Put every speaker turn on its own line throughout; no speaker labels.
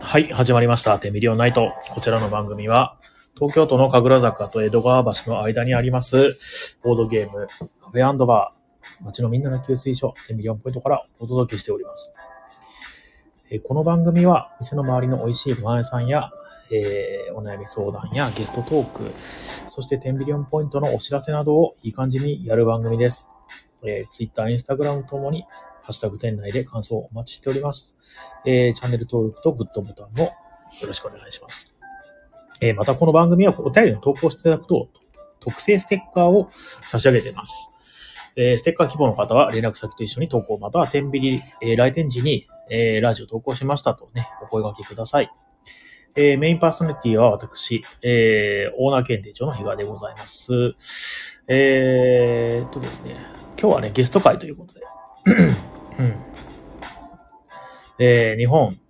はい、始まりました。テミリオンナイト。こちらの番組は、東京都の神楽坂と江戸川橋の間にあります、ボードゲーム、カフェバー、街のみんなの給水所、テミリオンポイントからお届けしております。えーこの番組は、店の周りの美味しいご飯屋さんや、えーお悩み相談やゲストトーク、そしてテンビリオンポイントのお知らせなどをいい感じにやる番組です。えー、Twitter、Instagram ともに、ハッシュタグ店内で感想をお待ちしております。えーチャンネル登録とグッドボタンもよろしくお願いします。えーまたこの番組はお便りの投稿していただくと、特製ステッカーを差し上げています。えーステッカー希望の方は連絡先と一緒に投稿、または天秤、えー来店時に、えーラジオ投稿しましたとね、お声掛けください。えーメインパーソナリティは私、えーオーナー兼店長の比嘉でございます。えーっとですね、今日はね、ゲスト会ということで。 うんえー日本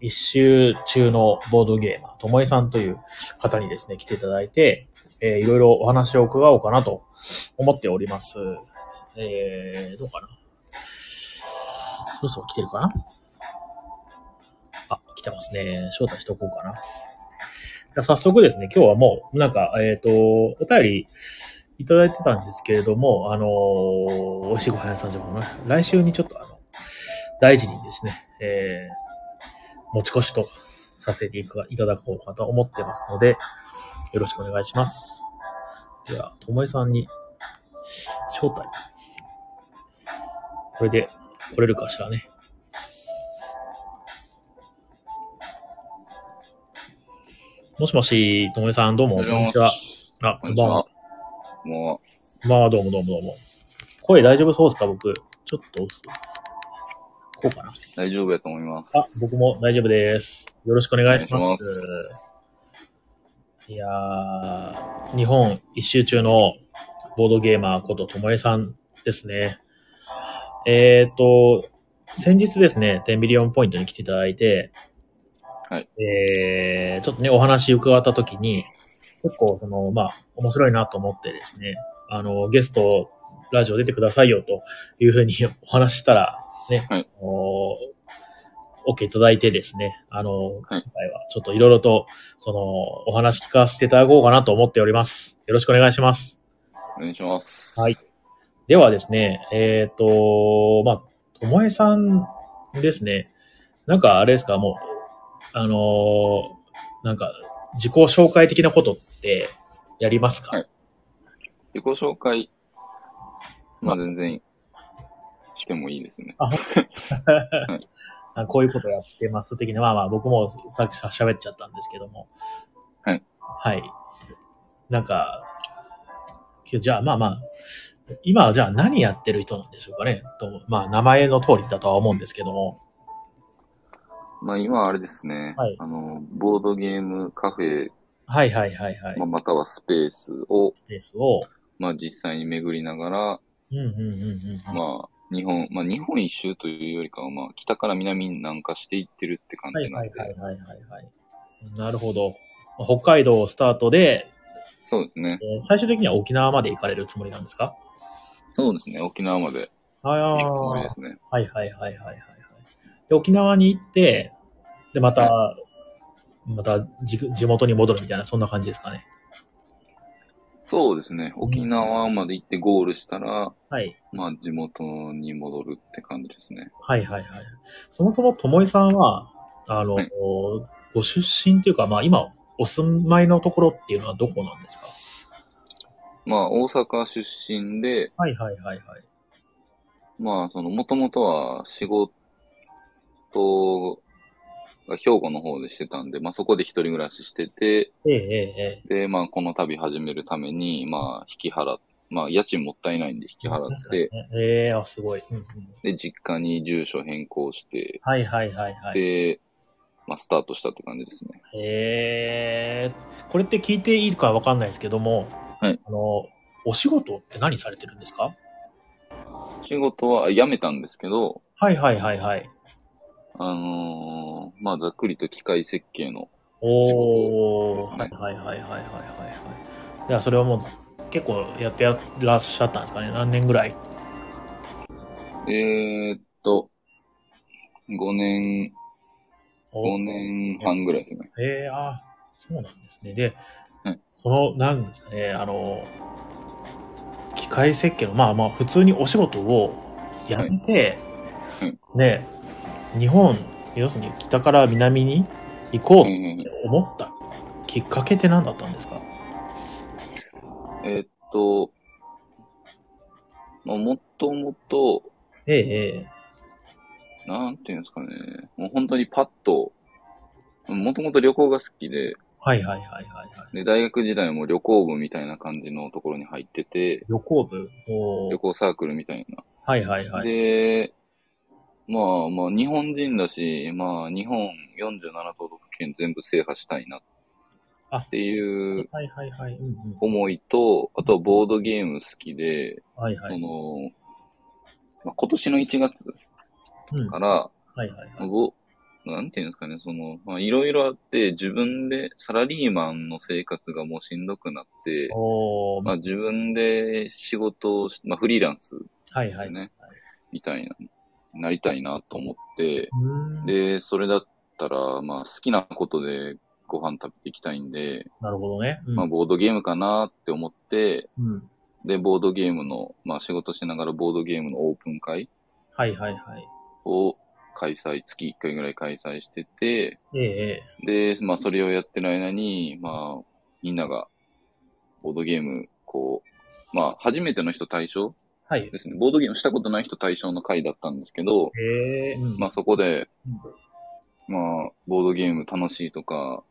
一周中のボードゲーマー、ともえさんという方にですね、来ていただいて、えーいろいろお話を伺おうかなと思っております。えー、どうかな。そろそろ来てるかなあ、来てますね。招待しておこうかな。じゃあ早速ですね、今日はもう、なんか、えっ、と、お便りいただいてたんですけれども、あのー、おしごはやさんじゃこのね、来週にちょっとあの、大事にですね、えー、持ち越しとさせていくいただこうかと思ってますので、よろしくお願いします。では、ともえさんに、招待。これで、来れるかしらね。もしもし、ともえさん、どうも、こんにちは。あ、
こ
こ
ん
ん
にち
ばんは
は。。も
まあ、どうもどうもどうも。声大丈夫そうですか僕。ちょっと、こうかな。
う大丈夫やと思います。
あ、僕も大丈夫です。よろしくお願いし
お願
ま
い
す
し。
いやー、日本一周中のボードゲーマーことともえさんですね。えっ、ー、と、先日ですね、テンビリオンポイントに来ていただいて、
はい。
えー、ちょっとね、お話伺ったときに、結構、その、まあ、面白いなと思ってですね、あの、ゲスト、ラジオ出てくださいよというふうにお話ししたら、ね、
はい
あの OK いただいてですね、あの、
はい
今回はちょっといろいろと、その、お話聞かせていただこうかなと思っております。よろしくお願いします。
お願いします。
はい。ではですね、えっ、と、まあ、ともえさんですね。なんかあれですか、もう、あのーなんか、自己紹介的なことってやりますか、
はい自己紹介、まあ全然、してもいいですね。
あこういうことやってます的な、まあまあ僕もさっき喋っちゃったんですけども。
はい。
はい。なんか、けどじゃあまあまあ、今はじゃあ何やってる人なんでしょうかね。とまあ名前の通りだとは思うんですけども。
まあ今はあれですね、
はい
あの、ボードゲームカフェ、
はいはいはいはい。
まあ、またはスペースを、
スペースを、
まあ実際に巡りながら、
うんうんうんうんうん。
まあ日本、まあ日本一周というよりかは、まあ北から南に南下していってるって感
は
じ
い
な
は
ん
い
で、
はいはいはいはい。なるほど。北海道をスタートで、
そうですね。
えー最終的には沖縄まで行かれるつもりなんですか
そうですね。沖縄まで
ああ、
行くつもり
は
で
い
すね。
はいはいはいはいはい。で、沖縄に行って、で、また、また地地元に戻るみたいな、そんな感じですかね。
そうですね。沖縄まで行ってゴールしたら、
はい。
まあ、地元に戻るって感じですね。
はいはいはい。そもそも、ともえさんは、あの、
はい
ご出身というか、まあ今、お住まいのところっていうのはどこなんですか
まあ、大阪出身で、
はいはいはいはい。
まあ、その、もともとは仕事が兵庫の方でしてたんで、まあ、そこで一人暮らししてて、
ええええええ。
で、まあ、この旅始めるために、まあ、引き払っ、まあ、家賃もったいないんで引き払
確
っ
かに
て、
ねええあ、すごい、うんうん。
で、実家に住所変更して、
はいはいはいはい。
で、まあ、スタートしたって感じですね。
ええこれって聞いていいかわかんないですけども、
はい
あの、お仕事って何されてるんですか
仕事は辞めたんですけど、
はいはいはいはい。
あのーまあ、ざっくりと機械設計の
お
仕
ー、
事で
はい
す
はいはいはいはいはいはい。いや、それはもう結構やってらっしゃったんですかね。何年ぐらい
えーっと、5年
お
5年半ぐらいですね。
えー、あーそうなんですね。で、
はい
その、なんですかね、あの、機械設計の、まあまあ、普通にお仕事をやめて、
はいはい
ね、日本、要するに北から南に行こうっ
うん
て思ったきっかけって何だったんですか、
えーっと、まあ、もともと、
ええ
なんていうんですかね、もう本当にパッと、もともと旅行が好きで、
はいはいはいはいはい。
で、大学時代も旅行部みたいな感じのところに入ってて、
旅行部おー
旅行サークルみたいな。
はいはいはい。
で、まあまあ日本人だし、まあ日本47都道府県全部制覇したいなっていう
はいはいはい。うんうん、
思いと、あとはボードゲーム好きで、
はいは
そ
い。
の、まあ、今年の1月
うん、は
か
い
ら、
はいはい。
ぼなんていうんですかね、その、まあいろいろあって自分でサラリーマンの生活がもうしんどくなって、
おー
まあ自分で仕事をし、まあフリーランス
はい
で
は
す
い。
ね、みたいな、なりたいなと思って、
うーん
で、それだったら、まあ好きなことでご飯食べていきたいんで、
なるほどね。うん
まあボードゲームかなって思って、
うん。
で、ボードゲームの、まあ仕事しながらボードゲームのオープン会
はいはいはい。
を開催、月1回ぐらい開催してて、
ええ
で、まあ、それをやってる間に、まあ、みんなが、ボードゲーム、こう、まあ、初めての人対象
はい。
ですね。ボードゲームしたことない人対象の回だったんですけど、
ええうん
まあ、そこで、まあ、ボードゲーム楽しいとか、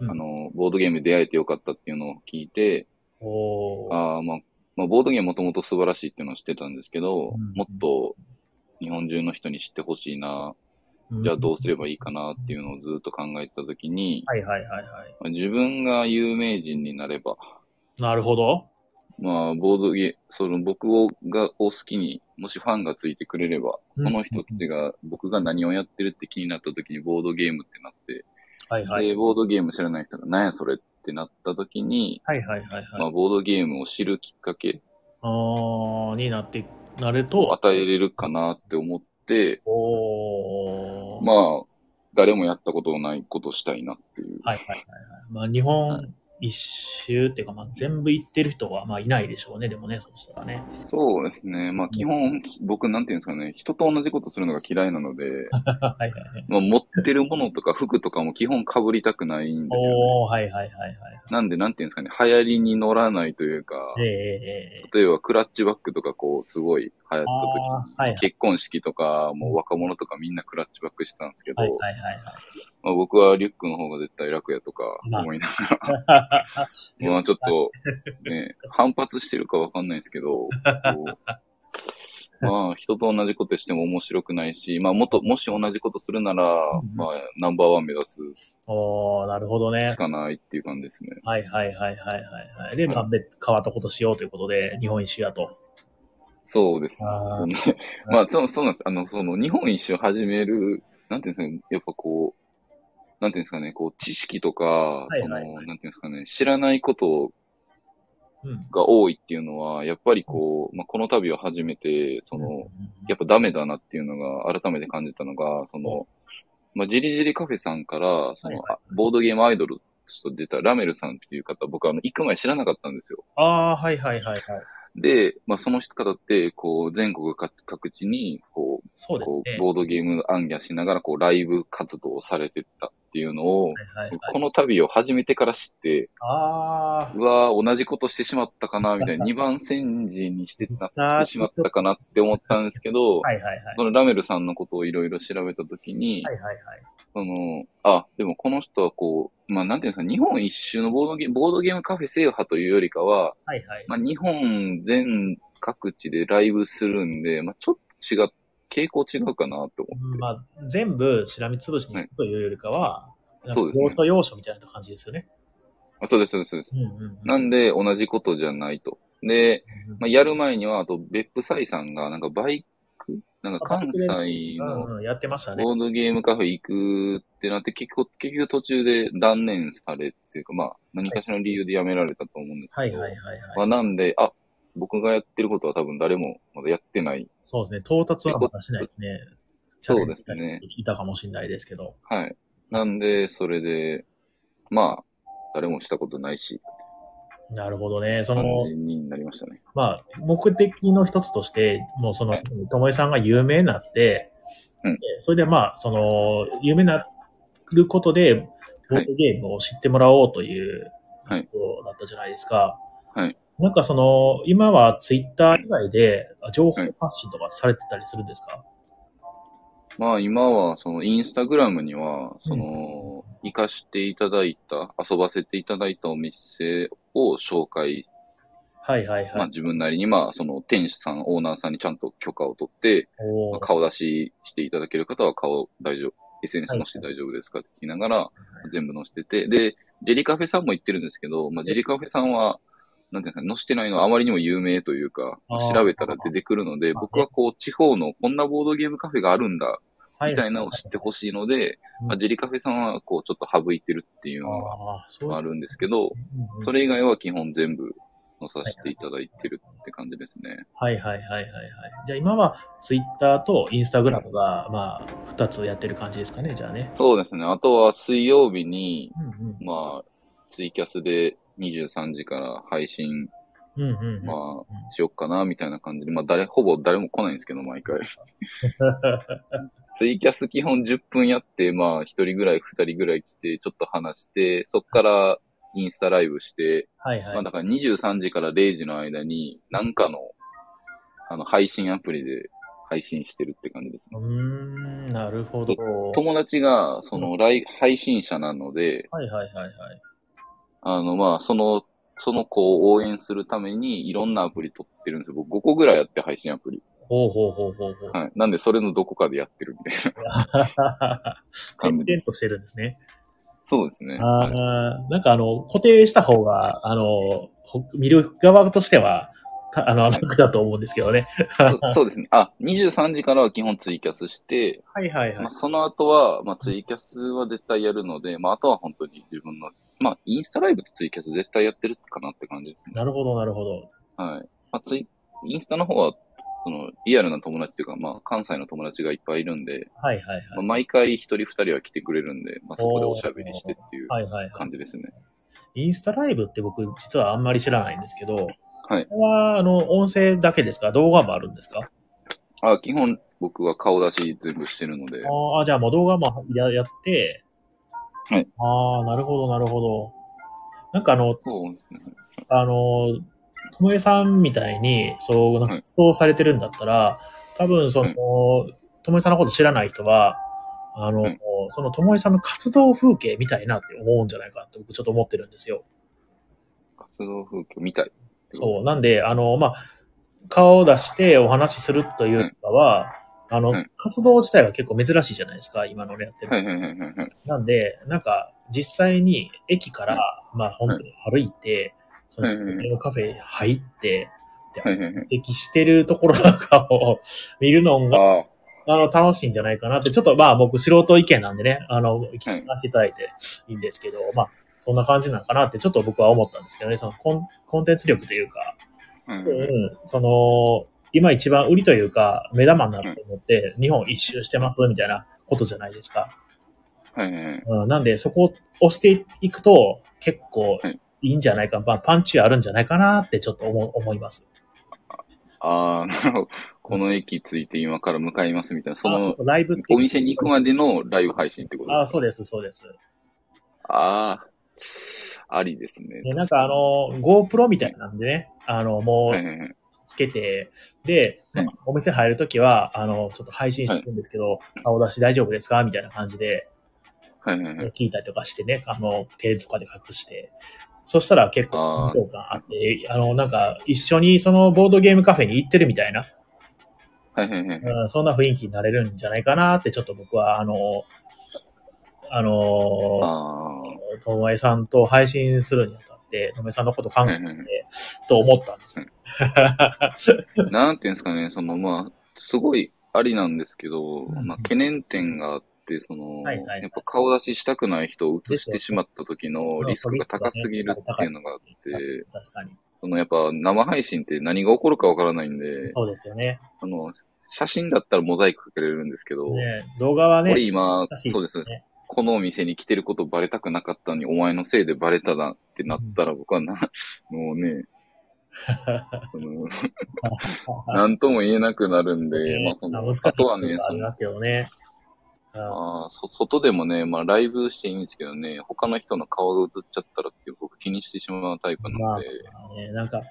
うん
あの、ボードゲーム出会えてよかったっていうのを聞いて、
おー
ああ、まあ、まあ、ボードゲームもともと素晴らしいっていうのを知ってたんですけど、
うん
もっと日本中の人に知ってほしいな、じゃあどうすればいいかなっていうのをずっと考えてたときに、
はいはいはいはい。
まあ自分が有名人になれば、
なるほど。
まあ、ボードゲー、その僕をがを好きに、もしファンがついてくれれば、
うん
その人たちが僕が何をやってるって気になった時にボードゲームってなって、
はいはい。
で、ボードゲーム知らない人が何やそれってなった時に、
はいはいはいは
ま
い。
あ、ボードゲームを知るきっかけ
あーになって、なる
を
と、
与えれるかなって思って、
おー
まあ、誰もやったことのないことをしたいなっていう。
はいはいはいはい。まあ日
は
本一周っていうか、まあ全部行ってる人はまあいないでしょうね、でもね、そうしたらね。
そうですね。まあ、基本、僕なんていうんですかね、人と同じことするのが嫌いなので、
はいはいはい。
まあ、持ってるものとか服とかも基本被りたくないんですよね。
おーはいはいはいはい
なんで、なんていうんですかね、流行りに乗らないというか、
はい。ええええええ
例えばクラッチバッグとかこう、すごい流行っ
ああー、はい
た時、結婚式とか、もう若者とかみんなクラッチバッグしてたんですけど、
はいはいはいはい。
まあ、僕はリュックの方が絶対楽やとか
まあ
思いなが
い
ら、まあちょっと、ね、反発してるかわかんないですけど、こ うまあ人と同じことしても面白くないし、まあもっと、もし同じことするなら
うん、
まあナンバーワン目指す
おーなるほどね。
しかないっていう感じですね。
はいはいはいはいはい。はいで、
うん
まあ、別変わったことしようということで、日本一周やと。
そうです
あー
その まあ、そう、そうなんです。あの、その、日本一周始める、なんていうんですかね、やっぱこう、なんていうんですかね、こう、知識とか、
い
その、
はいは
なんていうんですかね、知らないこと
うん。
が多いっていうのは、やっぱりこう、まあ、この旅を初めて、その、やっぱダメだなっていうのが、改めて感じたのが、その、まあ、ジリジリカフェさんから、その、
はいは
あボードゲームアイドルと出たラメルさんっていう方、僕、あの、行く前知らなかったんですよ。
ああ、はいはいはいはい。
で、まあ、その人方って、こう、全国各各地に、こう、
そうです
こ
ね
う、。ボードゲーム暗夜しながら、こう、ライブ活動をされてたっていうのを、
はいはいは
こ
い。
の旅を始めてから知って、
ああ、
うわー同じことしてしまったかな、みたいな、二番煎じにして
ミス
な
タ
っ
ー
てしまったかなって思ったんですけど、
はいはいはい。
そのラメルさんのことをいろいろ調べたときに、
はいはいはい。
その、あ、でもこの人はこう、まあ、なんていうんですか、日本一周のボードゲーム、ボードゲームカフェ制覇というよりかは、
はいはい。
まあ、日本全各地でライブするんで、まあ、ちょっと違う、傾向違うかなと思って。
まあ、全部しらみつぶしに行くというよりかは、なんか
そうですね
要所要所みたいな感じですよね。
あそうです、そうです、そうです。
うんうんうん。
なんで、同じことじゃないと。で、
うんうん、
まあ、やる前には、あと、別府サイさんが、なんかバイクなんか関西
うん
の
うんやってましたね。
ボードゲームカフェ行くってなって、結局、結局途中で断念されっていうか、まあ、何かしらの理由で辞められたと思うんです
は
け
い
ど。
はいはい
ま
は
あ、
い。
なんで、あ、僕がやってることは多分誰もまだやってない。
そうですね。到達はまだしないですね。
そうですね
チャレンジしたりいたかもしれないですけど。
はい。なんで、それで、まあ、誰もしたことないし、
なるほどね。そ
感
の、
じになりましたね。
まあ、目的の一つとして、もうその
はい、
ともえさんが有名になって、
うん
でそれでまあ、その、有名になることで、ボードゲームを知ってもらおうという、
はい
ことだったじゃないですか。
はい
なんかその、今はツイッター以外で、情報発信とかされてたりするんですか、
まあ今は、そのインスタグラムには、その、活かしていただいた、遊ばせていただいたお店を紹介、
はい、はいはい
まあ
はい
自分なりに、まあその店主さん、オーナーさんにちゃんと許可を取って、
お
まあ
ー
顔出ししていただける方は顔大丈夫、SNS 載せて大丈夫ですかって聞きながら、全部載せてて、で、ジェリカフェさんも言ってるんですけど、まあジェリカフェさんは、なんていうんですか、載せてないのはあまりにも有名というか
あ、ー
調べたら出てくるので、
まあね
僕はこう地方のこんなボードゲームカフェがあるんだ、
は
みたいなのを知って
ほしい。
ほしいので、
うん
まあジェリカフェさんはこうちょっと省いてるっていうのは
ああ、そうい
あ
う
るんですけ
う
ど、
んうん
それ以外は基本全部載させていただいてるって感じですね。
はいはいはいはいはい。じゃあ今はツイッターとインスタグラムが、まあ、二つやってる感じですかね、じゃあね。
そうですね。あとは水曜日に、
うん
まあ、ツイキャスで23時から配信、
うん。うんうんうん。
まあ、しよっかな、みたいな感じで、まあ、誰、ほぼ誰も来ないんですけ ど、毎回。ツイキャス基本10分やって、まあ、1人ぐらい、2人ぐらい来て、ちょっと話して、そっからインスタライブして、
はいはい。
まあ、だから23時から0時の間に、なんかの、あの、配信アプリで配信してるって感じですね。
うーん、なるほど。
友達が、その、ライ配信者なので、
はいはいはいはい。
あの、まあ、その、その子を応援するためにいろんなアプリ取ってるんですよ。僕5個ぐらいやって配信アプリ。
ほうほうほうほうほう。
はい。なんでそれのどこかでやってるみたいな 感
点
じで
々
す。
としてるんですね。
そうですね。
あ
はい
あ、なんかあの、固定した方が、あの、ほ見る側としては、たあの、楽だと思うんですけどね。
そそうですね。あ、23時からは基本ツイキャスして、
はいはいは
ま
い
あ、。その後は、まあ、ツイキャスは絶対やるので、まあ、あとは本当に自分の、まあ、インスタライブとツイキャス絶対やってるかなって感じですね。
なるほどなるほど。
はい。まあ、ツイ、インスタの方は、その、リアルな友達っていうか、まあ、関西の友達がいっぱいいるんで、
はいはいはい
まあ、。毎回一人二人は来てくれるんで、まあ、そこでおしゃべりしてっていう
はいはいはい。
感じですね。
インスタライブって僕、実はあんまり知らないんですけど、
はい
これは、あの、音声だけですか動画もあるんですか
あ、基本僕は顔出し全部してるので、
ああ、じゃあもう動画もややって、
はい。
ああ、なるほど、なるほど。なんかあの、
そうですね。
あの、ともえさんみたいに、そう、なん
は
か
い
活動されてるんだったら、多分、その、ともえさんのこと知らない人は、あの、
はい
そのともえさんの活動風景みたいなって思うんじゃないかって僕ちょっと思ってるんですよ。
活動風景みたい。
そう。なんで、あの、まあ、顔を出してお話しするというよりかは、あの、
うん
活動自体が結構珍しいじゃないですか、今のね、やってる。
はいはいはいはいはい。
なんで、なんか、実際に駅から、まあ、本当に歩いて、その、
うんうん
ゲームカフェ入って、
はいはいはい。
適してるところなんかを 見るのが、
あ
あの、楽しいんじゃないかなって、ちょっとまあ、僕、素人意見なんでね、あの、聞かせていただいていいんですけど、まあ、そんな感じなのかなって、ちょっと僕は思ったんですけどね、そのコン、コンテンツ力というか、
あ、はいはいはい
うん、その、今一番売りというか、目玉になると思って、日本一周してますみたいなことじゃないですか。
はいはいはい。
うん、なんで、そこを押していくと、結構
はい
いいんじゃないか、まあ、パンチあるんじゃないかなってちょっと思思います。
ああ、なるほど。この駅着いて今から向かいますみたいな、その、
あライブって
お店に行くまでのライブ配信ってこと
あ
で
あ、
す
そ
か
うです、そうです。
ああ、ありですね。
でなんかあの、GoPro みたいなんでね、あの、も
はいは
う
いはい、
つけて、で、
はい
まあお店入るときは、あの、ちょっと配信してるんですけど、顔出し大丈夫ですかみたいな感じで、
はいはいはい。
聞いたりとかしてね、あの、テレビとかで隠して。そしたら結構、
あー
緊張感あって、あの、なんか、一緒にそのボードゲームカフェに行ってるみたいな、
はいはいはいはい。
うん、そんな雰囲気になれるんじゃないかなって、ちょっと僕は、あの、あの、
あ
ともえさんと配信するにあたって、ともえさんのこと考
あ、
え
は
て
いはいはい。
と思ったんですよ。
なんていうんですかね、そのまあ、すごいありなんですけど、
んうん
まあ、懸念点があって、その、
はいはいはい
やっぱ顔出ししたくない人を映してしまった時のリスクが高すぎるっていうのがあって、
確かに。
そのやっぱ生配信って何が起こるかわからないんで、
そうですよね。
あの、写真だったらモザイクかけれるんですけど、
ね動画は
これ
ね、
今、
難しい
そうです、
ね
このお店に来てることバレたくなかったのに、お前のせいでバレたなってなったら、僕はな、 も うね、そのなんとも言えなくなるんで、まあその、あとはね、
あ
そ
り
の
ますけどね。あ
あーそ外でもね、まあライブしていいんですけどね、他の人の顔が映っちゃったらっていう僕気にしてしまうタイプなので、
ねなんか、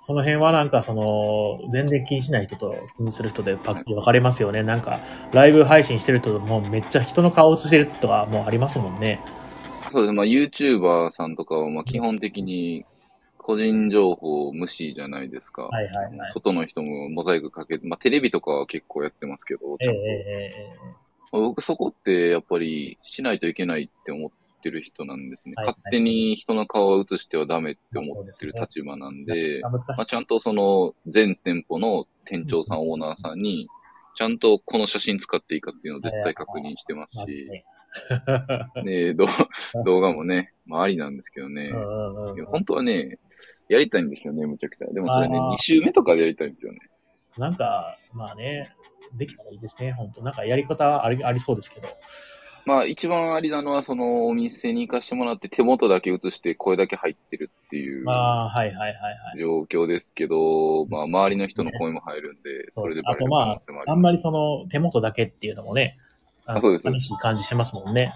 その辺はなんかその、全然気にしない人と気にする人でパッと分かれますよね。なんか、ライブ配信してると、もうめっちゃ人の顔映してるとかもうありますもんね。
そうです。まあ、YouTuber さんとかは、まあ、基本的に個人情報無視じゃないですか。
はいはいはい。
外の人もモザイクかけて、まあ、テレビとかは結構やってますけど、
ええ
ちゃ
え
んと
ええ
まあ僕そこってやっぱりしないといけないって思ってる人なんですね。
はい
勝手に人の顔を映してはダメって思ってる
まあ
立場なん
え
で、
あ難しい
まあ、ちゃんとその全店舗の店長さん、オーナーさんに、ちゃんとこの写真使っていいかっていうのを絶対確認してます
マジ
し、
で。
ね、ど動画もね、まあありなんですけどね
う。んうんうん
いや本当はね、やりたいんですよね、むちゃくちゃ。でもそれね、
あー
2週目とかでやりたいんですよね。
なんか、まあね、できたらいいですね、本当なんかやり方ありありそうですけど。
まあ一番ありなのは、そのお店に行かしてもらって手元だけ映して声だけ入ってるっていう
まあ、はいはいはいはい。
状況ですけど、まあ周りの人の声も入るんで、
そう
それで
あ
バレ
と
る可
ま
能性もあ
あ、
り
あ
ます
んまりその手元だけっていうのもね、あの
あそうです
寂しい感じしますもんね。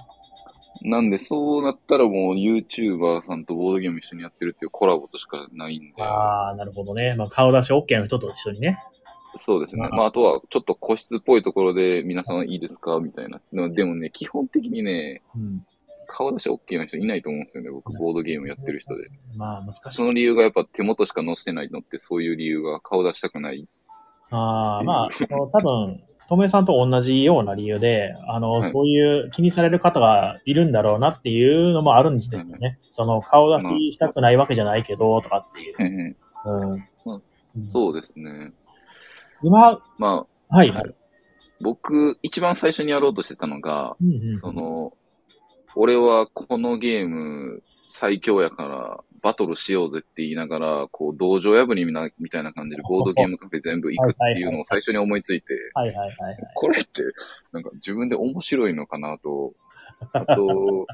なんでそうなったらもう YouTuber さんとボードゲーム一緒にやってるっていうコラボとしかないんで、
ああ、なるほどね。まあ、顔出し OK の人と一緒にね。
そうですね。
まあ
まああとはちょっと個室っぽいところで皆さんいいですかみたいな。でもね、基本的にね、
うん。
顔出し OK の人いないと思うんですよね、僕、ボードゲームやってる人で。
まあ、難し
そ
い。
の理由がやっぱ手元しか載せてないのって、そういう理由が顔出したくない。
ああ、まあ、あの多分、ともえさんと同じような理由で、あの、
はい
そういう気にされる方がいるんだろうなっていうのもあるんですよね。その、顔出ししたくないわけじゃないけど、とかっていう。うん。
うん
うん
そうですね。
今、
まあ、
はい、はい。
僕、一番最初にやろうとしてたのが、
うんうん。
その、俺はこのゲーム最強やから、バトルしようぜって言いながら、こう、道場破りみなみたいな感じでボードゲームカフェ全部行くっていうのを最初に思いついて、
はいはいはいはい。
これって、なんか自分で面白いのかなと、あ と、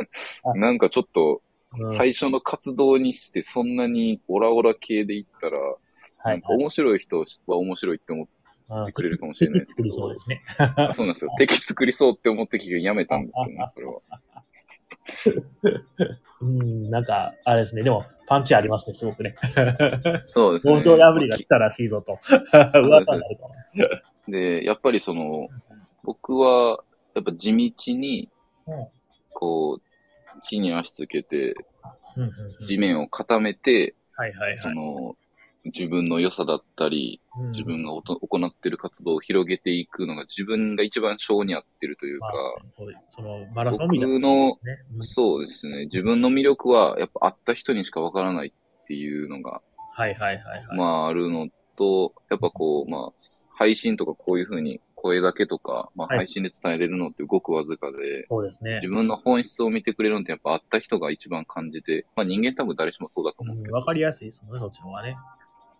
なんかちょっと、
うん
最初の活動にして、そんなにオラオラ系でいったら、
は
なん
い
か面白い人は面白いって思っ
はい。
てくれるかもしれないです
作
け
りそう
ど
で、すね。
あそうなんですよ。敵作りそうって思って結局やめたんですよね、それは。
うん、なんか、あれですね。でも、パンチありますね、すごくね。
そうですね。
ゴールドラブリーが来たらしいぞと。噂になるかも。
で、やっぱりその、僕は、やっぱ地道に
うん、
こう、地に足つけて、
うんうんうん
地面を固めて、
はいはい
そ
はい。
の、自分の良さだったり、
うん
自分がおと行ってる活動を広げていくのが自分が一番性に合ってるという
ま
か
あ、、そうそのマラソン
僕
みたいな、ね。
の
うん
そうですね。自分の魅力は、やっぱ会った人にしかわからないっていうのが、
はいはいはいはい。
まああるのと、やっぱこう、まあ、配信とかこういうふうに声だけとか、まあ
はい
配信で伝えれるのってごくわずかで、
そうですね
自。分の本質を見てくれるのってやっぱ会った人が一番感じて、まあ人間多分誰しもそうだと
う
思うんです
ん
けど、
わかりやすいですもんね、そっちの方がね。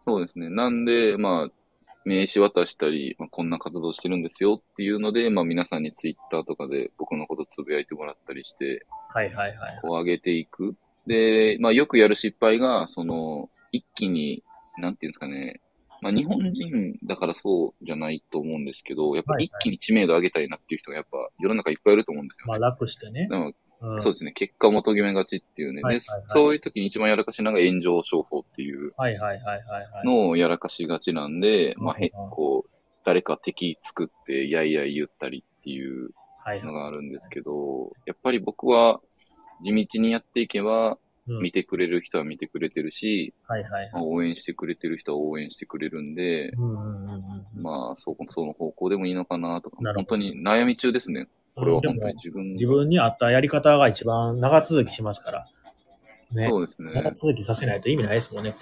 そうですね。なんで、まあ、名刺渡したり、まあ、こんな活動してるんですよっていうので、まあ皆さんにツイッターとかで僕のことつぶやいてもらったりして、
はいはいはい。
こう上げていく。で、まあよくやる失敗が、その、一気に、なんていうんですかね、まあ日本人だからそうじゃないと思うんですけど、やっぱ
はいはい
一気に知名度上げたいなっていう人がやっぱ世の中いっぱいいると思うんです
ま
よ
あ
ね。
楽してね。
でも
うん
そうですね、結果を求めがちっていうね。
はい
で
はいはい、
そういう時に一番やらかしなのが炎上商法っていう
はいはいはいはいはい。
のをやらかしがちなんで、まあへ
うんうん
こう、誰か敵作って、やいやい言ったりっていう
はい
の
はい
があるんですけど、やっぱり僕は地道にやっていけば、
うん
見てくれる人は見てくれてるし、
はいはい
まあ応援してくれてる人は応援してくれるんで、
うんうんうんうん
まあ、そこ、その方向でもいいのかなとか
な、るほ
本
ど
当に悩み中ですね。これは本当
でも
に自分
自分に合ったやり方が一番長続きしますから。ね。
そうです
長
ね。
続きさせないと意味ないですもんね。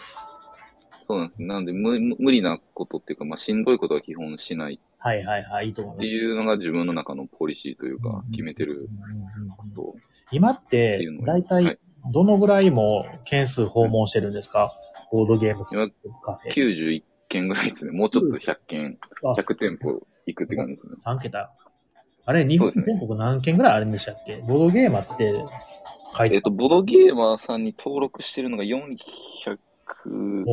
そうなんです。なんで、無無理なことっていうか、まあ、しんどいことは基本しない
はいはいはい、いいと思いま
って
す。
いうのが自分の中のポリシーというか、決めてる
うんうんうん
ことっ
今ってて
いうの、が
大
は
体
い、
どのぐらいも件数訪問してるんですか、ボードゲームスカフェ。
91件ぐらいですね。もうちょっと100件、
あ
100店舗行くって感じですね。
3桁。あれ、日本
そうです
全国何件ぐらいあるんでしたっけ、ボードゲーマーって書い
えってと、ボドゲーマーさんに登録してるのが420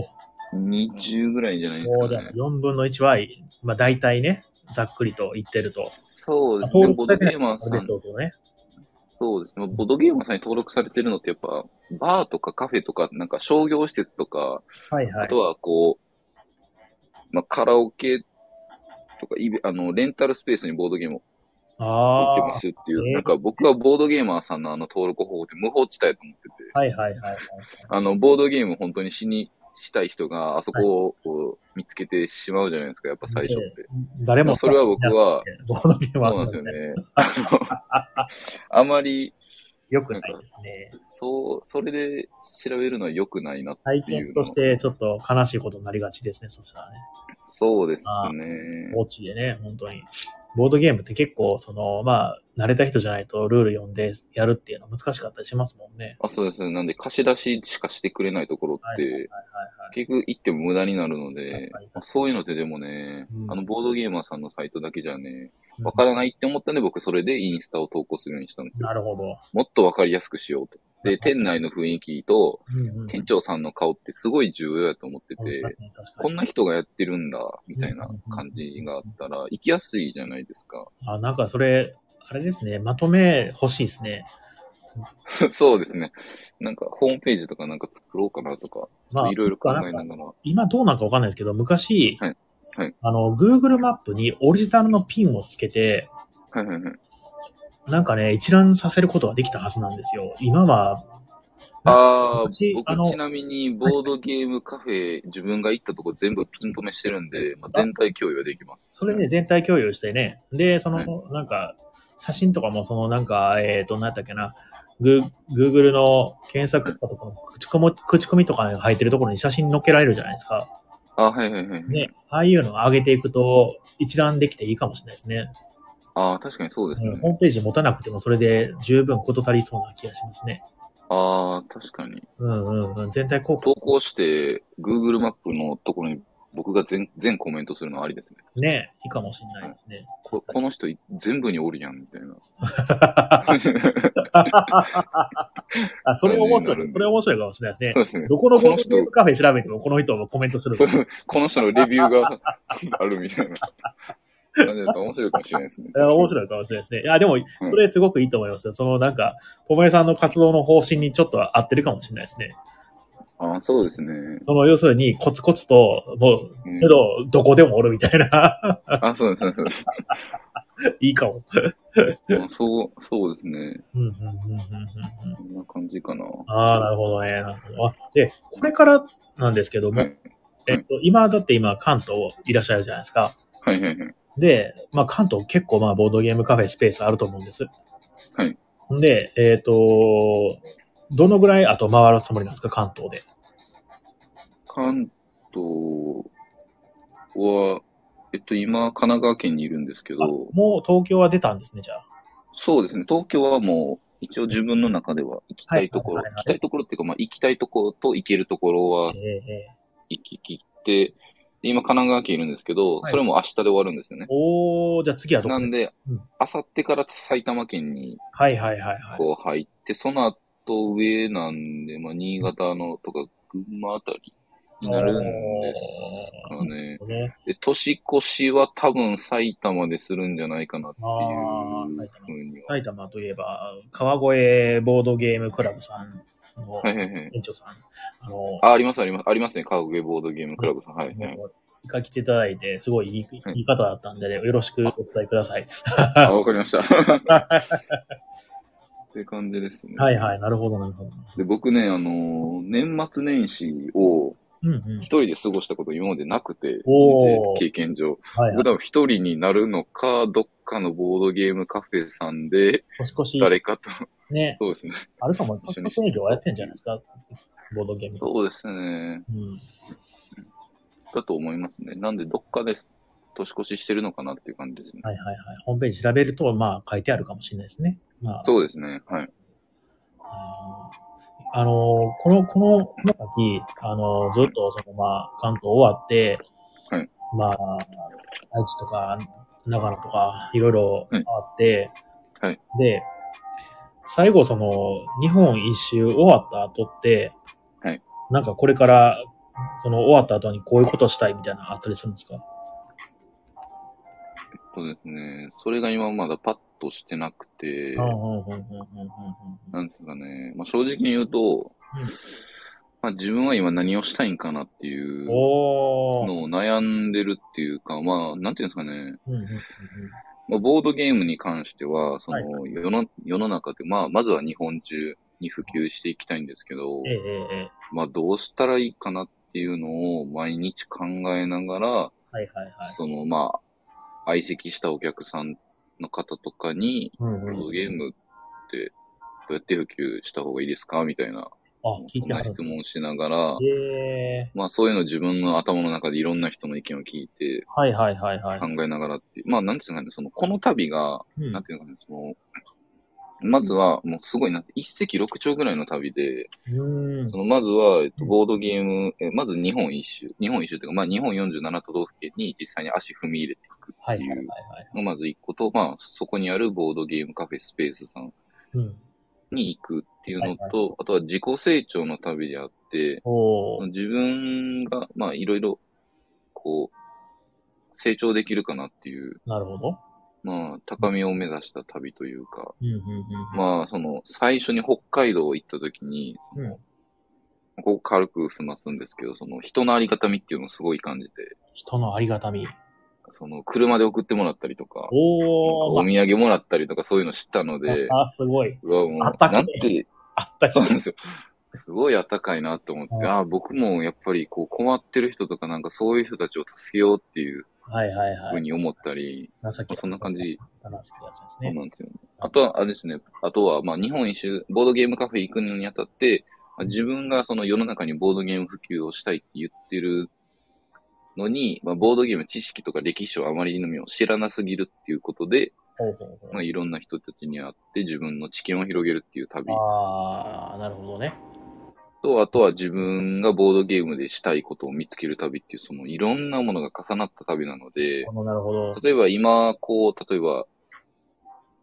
ぐらいじゃないです
もうじ
か
ゃあ
ね。
4分の1は、まあ大体ね、ざっくりと言ってると。
そうです
登
ね。
録
ボ
され
ド
てな
ゲ
い
ーマー
あ
さ
れって
ん、
ことね。
そうですね。ボドゲーマーさんに登録されてるのってやっぱ、バーとかカフェとか、なんか商業施設とか、
はいは
あ
い。
とはこう、まあ、カラオケとかイベ、あの、レンタルスペースにボードゲームを売って
あ
ますっ
あ
ていう、
ー
なんか僕はボードゲーマーさんのあの登録方法って無法地帯だと思ってて、
あ、はいはいはいはい。
あの、ボードゲーム本当に死にしたい人があそこをこう見つけてしまうじゃないですか、やっぱ最初って。
誰
ま
も
あ、それは僕は、
ボードゲー
そ
マ
うなん
ー
で
さ
すよ
ん
ね
ね。。
あの、あまり、
良くないですね。
そう、それで調べるのは良くないな
体
ってい
験
うの
と
は
してちょっと悲しいことになりがちですね、そしたらね。
そうです
あ
ね。
お家でね、本当に。ボードゲームって結構、その、まあ、慣れた人じゃないとルール読んでやるっていうのは難しかったりしますもんね。
あ、そうですね。なんで貸し出ししかしてくれないところっ
はいはいはい
て、
はい。
結局行っても無駄になるの
確
で
かに確、か
まあ
に
そういうのってでもね、
うん
あの、ボードゲーマーさんのサイトだけじゃね、
うん
わからないって思ったんで、僕それでインスタを投稿するようにしたんですよ
な。るほど。
もっとわかりやすくしようと。で、店内の雰囲気と、
うんうん、
店長さんの顔ってすごい重要やと思ってて、
確かに確か
こ
に
んな人がやってるんだ、みたいな感じがあったら、行きやすいじゃないですか。
あ、なんかそれ、あれですね、まとめ欲しいですね。
そうですね。なんか、ホームページとかなんか作ろうかなとか、
まあ、
いろいろ考
な
えなん
か
がら。
今どうなんかわかんないですけど、昔、
はいはい
あの、Google マップにオリジナルのピンをつけて、
はいはいはい。
なんかね、一覧させることができたはずなんですよ。今は、
ああ、
昔あの
僕ちなみに、ボードゲームカフェ、自分が行ったとこ全部ピン止めしてるんで、まあ、全体共有はできます。
それで全体共有してね、で、その、
はい
なんか、写真とかも、その、なんか、えっ、と、なんだっけな、グー Google の検索とかの口コミ、口コミとかに入ってるところに写真載っけられるじゃないですか。
あはいはいはい。
ね、ああいうのを上げていくと、一覧できていいかもしれないですね。
ああ、確かにそうですね。
うんホームページ持たなくても、それで十分事足りそうな気がしますね。
ああ、確かに。
うんうんうん、全体効果
投稿して、Google マップのところに僕が全全コメントするのありですね。
ね、いいかもしれないですね。
ここの人全部におるやん、みたいな。
あ、それ面白い。
ね
それ面白いかもしれないです
そ
ね。
うですね。
どこの
こ
ボ
の
ー
人
ドゲームカフェ調べても、この人もコメントする。
そうそうこの人のレビュ ーがあるみたいな。なんでやっぱ面白いかもしれないですね。
いや面白いかもしれないですね。いや、でも、それすごくいいと思いますよ。そのなんか、ともえさんの活動の方針にちょっと合ってるかもしれないですね。
ああ、そうですね。
その、要するに、コツコツと、もう、
うん
けど、どこでもおるみたいな。
あ、そうです、そうですそ
いいかも。
うです。あそう、そうですね。
うん、うん、うん、うん、うん。
こんな感じかな。
ああ、なるほどね。なるほど。あで、これからなんですけども、
はい
えっと、今、だって今、関東いらっしゃるじゃないですか。
はいはいはい。
で、まあ、関東結構、まあ、ボードゲームカフェスペースあると思うんです。
はい。
んで、えっ、と、どのぐらいあと回るつもりなんですか、関東で。
関東は、えっと、今、神奈川県にいるんですけ
あ
ど、
もう東京は出たんですね、じゃあ。
そうですね、東京はもう、一応自分の中では行きたいところ、
はいはいはいはい
行きたいところっていうか、まあ、行きたいところと行けるところは
ええええ
行き切って、で今、神奈川県いるんですけど、
はい
それも明日で終わるんですよね。
おー、じゃあ次はどこ
なんで
うん、
あさってから埼玉県に
はいはいはいはい。
こう入って、その後上なんで、まあ、新潟のとか群馬あたりになるんですかね。
おーね、
で、年越しは多分埼玉でするんじゃないかなっていうふうには。
埼玉といえば、川越ボードゲームクラブさんの
はいはいはい。
園長さん、あの、
あ、ありますあります。ありますね。川越ボードゲームクラブさん。はい、はい。
もう一回来ていただいて、すごいいい
はい
いい方だったんでね、よろしくお伝えください。
あ、わかり ました。って感じですね。
はいはい、なるほど、なるほど。
で、僕ね、あのー年末年始を
うんうん
一。人で過ごしたこと今までなくて、
おー
人生経験上。
はい、は
僕
い。
多分一人になるのか、どっかのボードゲームカフェさんで、
年越し、
誰かと、
ね、
そうですね。
あるかも、
一
年
緒に
越し営業はやってんじゃないですか、ボードゲーム。
そうですね。
うん
だと思いますね。なんで、どっかで年越ししてるのかなっていう感じですね。
はいはいはい。ホームページ調べると、まあ書いてあるかもしれないですね。まあ、
そうですね。はい。
あーあのー、この、この、この先、あのー、ずっと、その、まあ、関東終わって、
はい
まあ、愛知とか、長野とか、いろいろあって、
うんはい
で、最後その、日本一周終わった後って、
はい
なんかこれから、その終わった後にこういうことしたいみたいなのあったりするんですか
そうですね。それが今まだパッとしてなくて、
うんうんうんうんうんうんうん
なんていうかね、まあ、正直に言うと、
うん
まあ、自分は今何をしたいんかなっていう
おー。
のを悩んでるっていうか、まあ、なんていうんですかね、
うんうんうんうん
まあ、ボードゲームに関しては、その、
は
世の世の中で、まあ、まずは日本中に普及していきたいんですけど、
ええええええ
まあ、どうしたらいいかなっていうのを毎日考えながら、
はいはいはい。
その、まあ、相席したお客さんの方とかに、
うん
ボー
う
ド
ん、
ゲームってどうやって普及した方がいいですかみたいな、
あ、聞い
そん
ては
な
る。
質問しながら、
ええ
まあそういうの自分の頭の中でいろんな人の意見を聞いて
はいはいはいはい
考。えながらっていう、まあなんていうんですかね、その、この旅が、
うん
なんていうのかね、その、まずは、もうすごいな、一石六鳥ぐらいの旅で、
うん
そのまずは、えっと、
うん
ボードゲーム、えまず日本一周、日本一周というか、まあ日本47都道府県に実際に足踏み入れていく
は
っ
い
て
はいはいいは
う
い。
のがまず一個と、まあそこにあるボードゲームカフェスペースさん
うん、
に行くっていうのと、
はい
あとは自己成長の旅であって、
おー。
自分が、まあ、いろいろ、こう、成長できるかなっていう、
なるほど。
まあ、高みを目指した旅というか、
うんうんうんうん。
まあ、その、最初に北海道行った時に、その、ここ軽く済ますんですけど、その、人のありがたみっていうのをすごい感じて、
人のありがたみ。
その、車で送ってもらったりとか、なん
お
か
ー
お。土産もらったりとか、そういうの知ったので、
あ、すごい。
うわ、も
あった
う、
かい
なんて、
あった
そう
か
なんですよ。すごい温かいなと思って、
はい
ああ、僕もやっぱりこう困ってる人とかなんかそういう人たちを助けようっていう
はいはい
ふ
は
う
い。
に思ったり、
情
まあ
け
そんな感じ、
正しいやつです
そう
ね。
なんですよね。あとは、あれですね、あとは、まあ日本一周、ボードゲームカフェ行くのにあたって、まあ自分がその世の中にボードゲーム普及をしたいって言ってるのに、まあ、ボードゲーム知識とか歴史をあまりにも知らなすぎるっていうことで、
ほうほうほ
まあ、いろんな人たちに会って自分の知見を広げるっていう旅
う。ああ、なるほどね。
と、あとは自分がボードゲームでしたいことを見つける旅っていう、そのいろんなものが重なった旅なので
こ、のなるほど。
例えば今、こう、例えば、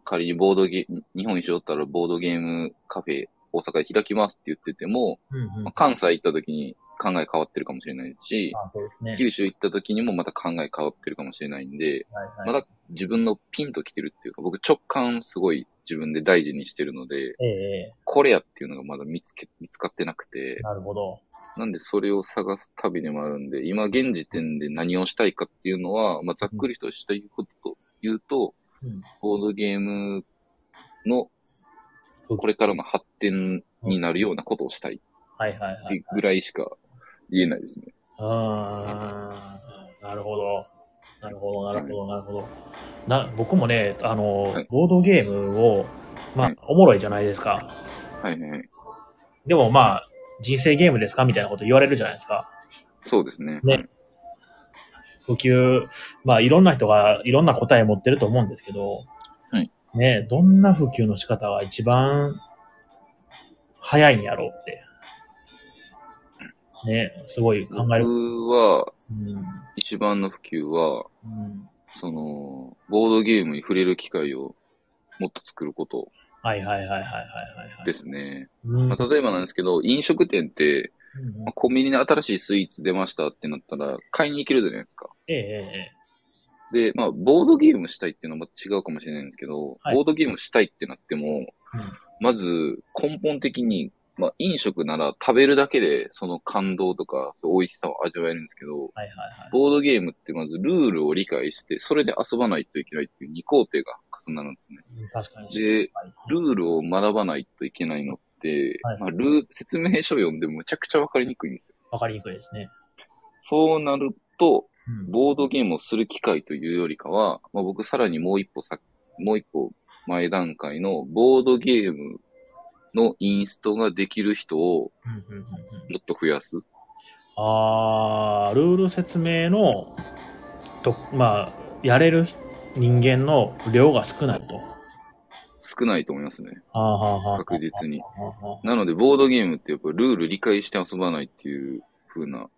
仮にボードゲーム、日本一周だったらボードゲームカフェ大阪で開きますって言ってても、
うんうん
まあ。関西行った時に考え変わってるかもしれないし、
あそうですね。
九州行った時にもまた考え変わってるかもしれないんで、
はい
ま
はい。
だ自分のピンと来てるっていうか、僕直感すごい自分で大事にしてるので、
ええ
これやっていうのがまだ見つけ、見つかってなくて、
なるほど。
なんで、それを探す旅でもあるんで、今、現時点で何をしたいかっていうのは、まあ、ざっくりとしたいうことと言うと、
うん。
ボードゲーム
う
の、
ん
これからの発展になるようなことをしたい
はいはいはい
っ
は
て
い
いう。ぐらいしか言えないですね。
ああ、なるほど。なるほど、なるほど、なるほど。な、僕もね、あの
はい、
ボードゲームを、ま
は
あ
い、
おもろいじゃないですか。
はいはいはい。
でもまあ、人生ゲームですかみたいなこと言われるじゃないですか。
そうですね。
ね
はい
普及、まあ、いろんな人がいろんな答え持ってると思うんですけど、
はい
ね、どんな普及の仕方が一番早いんやろうって、ね、すごい考える。
僕は、
うん
一番の普及は、
うん、
その、ボードゲームに触れる機会をもっと作ること
はいはいはいはいはいはい。
ですね。
うん
まあ、例えばなんですけど、飲食店って、
うんうん
まあコンビニで新しいスイーツ出ましたってなったら、買いに行けるじゃないですか。
ええええ
で、まあ、ボードゲームしたいっていうのはまた違うかもしれないんですけど、
はい
ボードゲームしたいってなっても、まず根本的に、まあ、飲食なら食べるだけでその感動とか美味しさを味わえるんですけど、
はいはいはい。
ボードゲームってまずルールを理解して、それで遊ばないといけないっていう二工程が重なるんですね。
うん確かに。
で、
はいですね
ルールを学ばないといけないのって、
はい
まあ、ルー説明書読んでむちゃくちゃわかりにくいんですよ。
わかりにくいですね。
そうなると、
うん
ボードゲームをする機会というよりかは、まあ、僕さらにもう一歩さ、もう一歩前段階のボードゲームのインストができる人を
うんうんうんうん
もっと増やす。
あールール説明のと、まあ、やれる人間の量が少ないと。
少ないと思いますね。
あーはあはあ
確実に。
はあはあ
なので、ボードゲームってやっぱルール理解して遊ばないっていう風な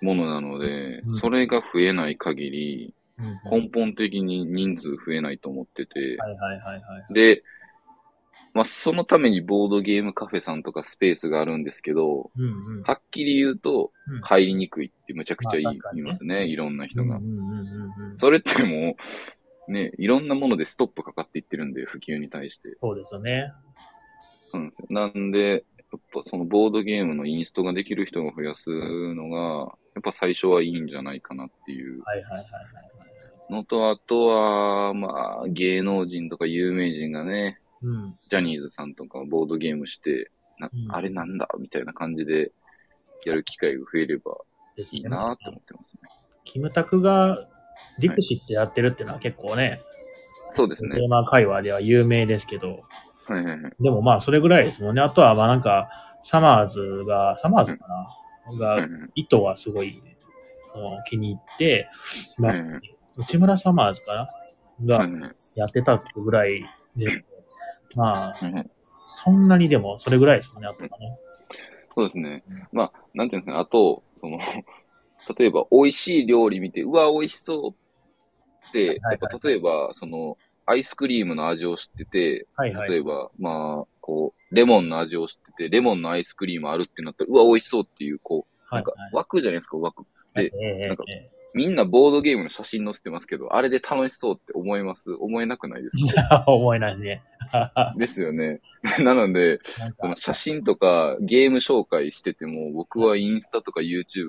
ものなので
うん、
それが増えない限
う
り、
ん
根本的に人数増えないと思ってて、
はいはいはいはい。
で、まあ、そのためにボードゲームカフェさんとかスペースがあるんですけど、
うんうん。
はっきり言うと
うん、
入りにくいってむちゃくちゃ言い,、
まあ確かにね
ますね、いろんな人
うんうん
が。
うんうんうん。
それってもう、ね、いろんなものでストップかかっていってるんで、普及に対して。
そうですよね。
そうなんですよ。なんで、やっぱそのボードゲームのインストができる人を増やすのが、やっぱ最初はいいんじゃないかなっていう
はいはいはいはい。
のと、あとは、まあ、芸能人とか有名人がね、
うん。
ジャニーズさんとかボードゲームして、な
うん
あれなんだみたいな感じでやる機会が増えれば
です
いい
ね。
なって思ってますね。
キムタクがディクシってやってるってのは結構ね、
そうです
テ
ね。
ーマ界隈では有名ですけど、
はいはいはい。
でもまあそれぐらいですもんね。あとはまあなんか、サマーズが、サマーズかな、
はい
が
は、いはい
意図はすごい、その気に入って、ま
は
あ
いはい
内村サマーズかなが
はいはい
やってたってぐらいで、まあ、
はいはい
そんなにでもそれぐらいですもんね、あとはね。
そうですね
うん。
まあ、なんていうんですかね。あと、その、 例えば美味しい料理見て、うわ、美味しそうって、
は
や
い
っぱ例えば、その、アイスクリームの味を知ってて、
はいはい。
例えば、まあ、こう、レモンの味を知ってて、レモンのアイスクリームあるってなったら、うわ、美味しそうっていう、こう、
は
なん
い
か
はい。
枠じゃないですか、枠。で
ええええ
なんか
え え
みんなボードゲームの写真載せてますけど、あれで楽しそうって思います思えなくないで すか
思えないね。
ですよね。 なので、
なん
そ
か
の、写真とかゲーム紹介してても、僕はインスタとか YouTube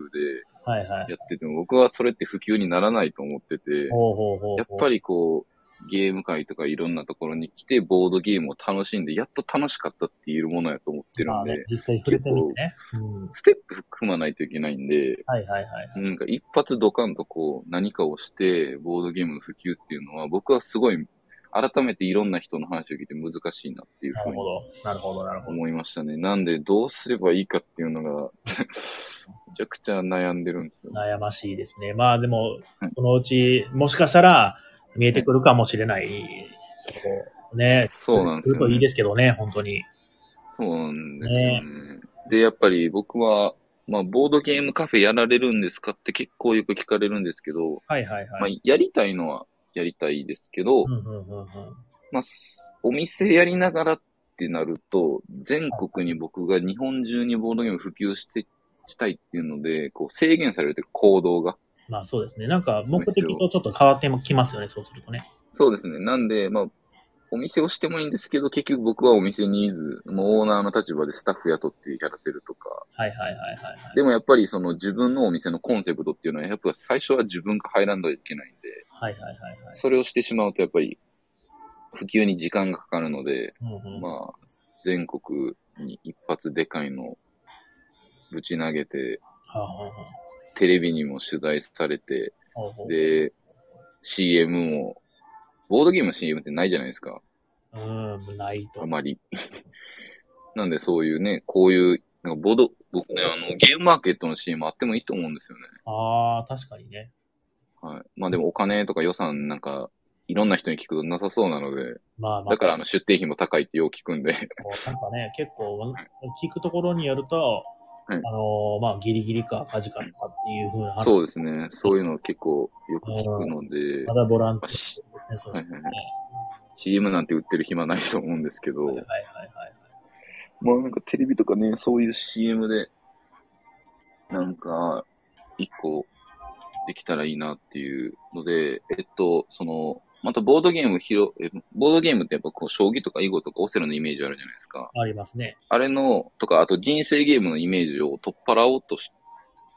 はいはい
で。やってても、僕はそれって普及にならないと思ってて、
ほうほうほうほう。
やっぱりこう、ゲーム界とかいろんなところに来て、ボードゲームを楽しんで、やっと楽しかったっていうものやと思ってる
ま
ん
あね
で、、
実際触れてみてね。うん。
ステップ踏まないといけないんで、
はいはいはい。
なんか一発ドカンとこう何かをしてボードゲームの普及っていうのは僕はすごい改めていろんな人の話を聞いて難しいなっていう
な
ふう
るほ
に
ど。なるほど、なるほど。
思いましたね。なんでどうすればいいかっていうのが めちゃくちゃ悩んでるんですよ。
悩ましいですね。まあでも
はい、
このうち、もしかしたら見えてくるかもしれない。こうね。
そうなんですよ
来
ね
るといいですけどね、本当に。
そうなんですよね。で、やっぱり僕はまあボードゲームカフェやられるんですかって結構よく聞かれるんですけど、
はいはい
ま
は
あ
い。
やりたいのはやりたいですけど、
うんうんうんうん。
まあ、お店やりながらってなると、全国に僕が日本中にボードゲーム普及して、したいっていうので、こう制限されて行動が。
まあそうですね。なんか目的とちょっと変わってもきますよね、そうするとね。
そうですね。なんで、まあ、お店をしてもいいんですけど、結局僕はお店にいず、もうオーナーの立場でスタッフ雇ってやらせるとか。
はいはいはいはいはい。
でもやっぱりその自分のお店のコンセプトっていうのは、やっぱ最初は自分が入らないといけないんで、
はいはいはいはい。
それをしてしまうとやっぱり普及に時間がかかるので、
うんうん
まあ、全国に一発でかいのぶち投げて、
はあはあはあ
テレビにも取材されて、
ほうほう
で、CM も、ボードゲームの CM ってないじゃないですか、
うん、ないと
あ。まり。 なんでそういうね、こういう、なんかボード、僕ね、あの、ゲームマーケットの CM あってもいいと思うんですよね。
ああ、確かにね。
はい。まあでもお金とか予算なんか、いろんな人に聞くとなさそうなので、
まあまあ
だ。からあの出店費も高いってよう聞くんで、
こうなんかね、結構、聞くところによると、
はい
あのーまあ、ギリギリか赤字かとかっていうふうな話、
そうですね、そういうの結構よく聞くので
ま、だボランティアですね、そうですね。
はいはい CM なんて売ってる暇ないと思うんですけど、
はいはいはいはい。
まあなんかテレビとかね、そういう CM で、なんか、一個できたらいいなっていうので、えっと、その、またボードゲーム広、えボードゲームってやっぱこう、将棋とか囲碁とかオセロのイメージあるじゃないですか。
ありますね。
あれの、とか、あと人生ゲームのイメージを取っ払おうとし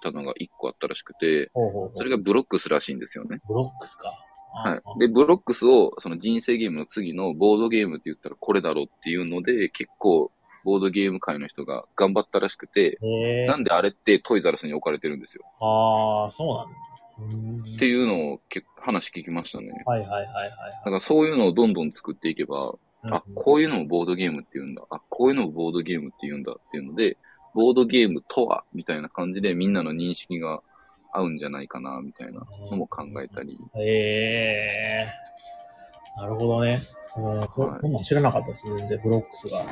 たのが一個あったらしくて、
ほうほうほう
それがブロックスらしいんですよね。
ブロックスか。
は
あ
い。で、ブロックスを、その人生ゲームの次のボードゲームって言ったらこれだろうっていうので、結構、ボードゲーム界の人が頑張ったらしくて、
へえ
なんであれってトイザラスに置かれてるんですよ。
ああ、そうなんだ。うーん
っていうのを結構話聞きましたね。
はいはいはいはい
だからそういうのをどんどん作っていけば、
はい。
あ、こういう
う
のもボードゲームって言うんだ。あ、こういうのもボードゲームって言うんだっていうので、ボードゲームとは、みたいな感じでみんなの認識が合うんじゃないかな、みたいなのも考えたり。
ん。ええなるほどね。うん、そ
はい
そんなん知らなかったです、全然、ブロックスが。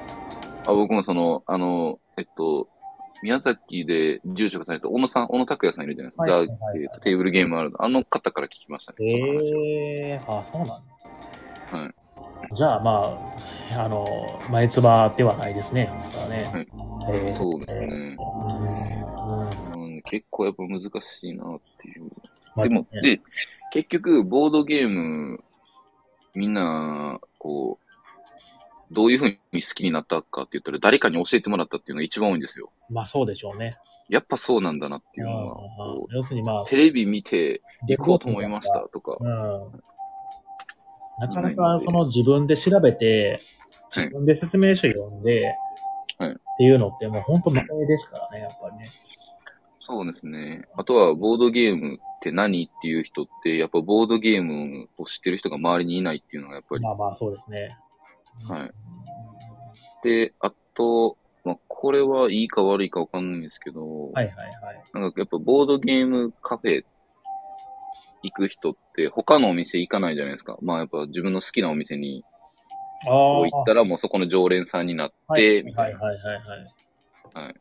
あ、僕もその、あの、えっと、宮崎で住職された小野さん、小野拓也さんいるじゃないですか。
はいはい
ザ
はい
えーとテーブルゲームあるの。あの方から聞きましたね。その話を
ええー、あ、そうなんだ。
はい
じゃあ、まあ、あの、前つばではないですね、そしたらね。
はい
えー
そうですね。
うん
うん、結構やっぱ難しいなっていう。
まあ
でも、
ね
で、結局、ボードゲーム、みんな、こう、どういうふうに好きになったかって言ったら、誰かに教えてもらったっていうのが一番多いんですよ。
まあ、そうでしょうね。
やっぱそうなんだなっていうのは、
うん
こ
要するに、まあ
う、テレビ見て行こうと思いましたとか、
うんなかなかその自分で調べて、
はい
自分で説明書読んで、
はい
っていうのってもう本当前ですからね、やっぱりね。
そうですね。あとは、ボードゲームって何っていう人って、やっぱボードゲームを知ってる人が周りにいないっていうのがやっぱり、
まあまあそうですね。
はい。で、あと、まあ、これはいいか悪いかわかんないんですけど、
はいはいはい。
なんかやっぱボードゲームカフェ行く人って他のお店行かないじゃないですか。まあやっぱ自分の好きなお店に
ああ。
こう行ったらもうそこの常連さんになって、
はい
みた
はいい
な。
はいはい。
はい。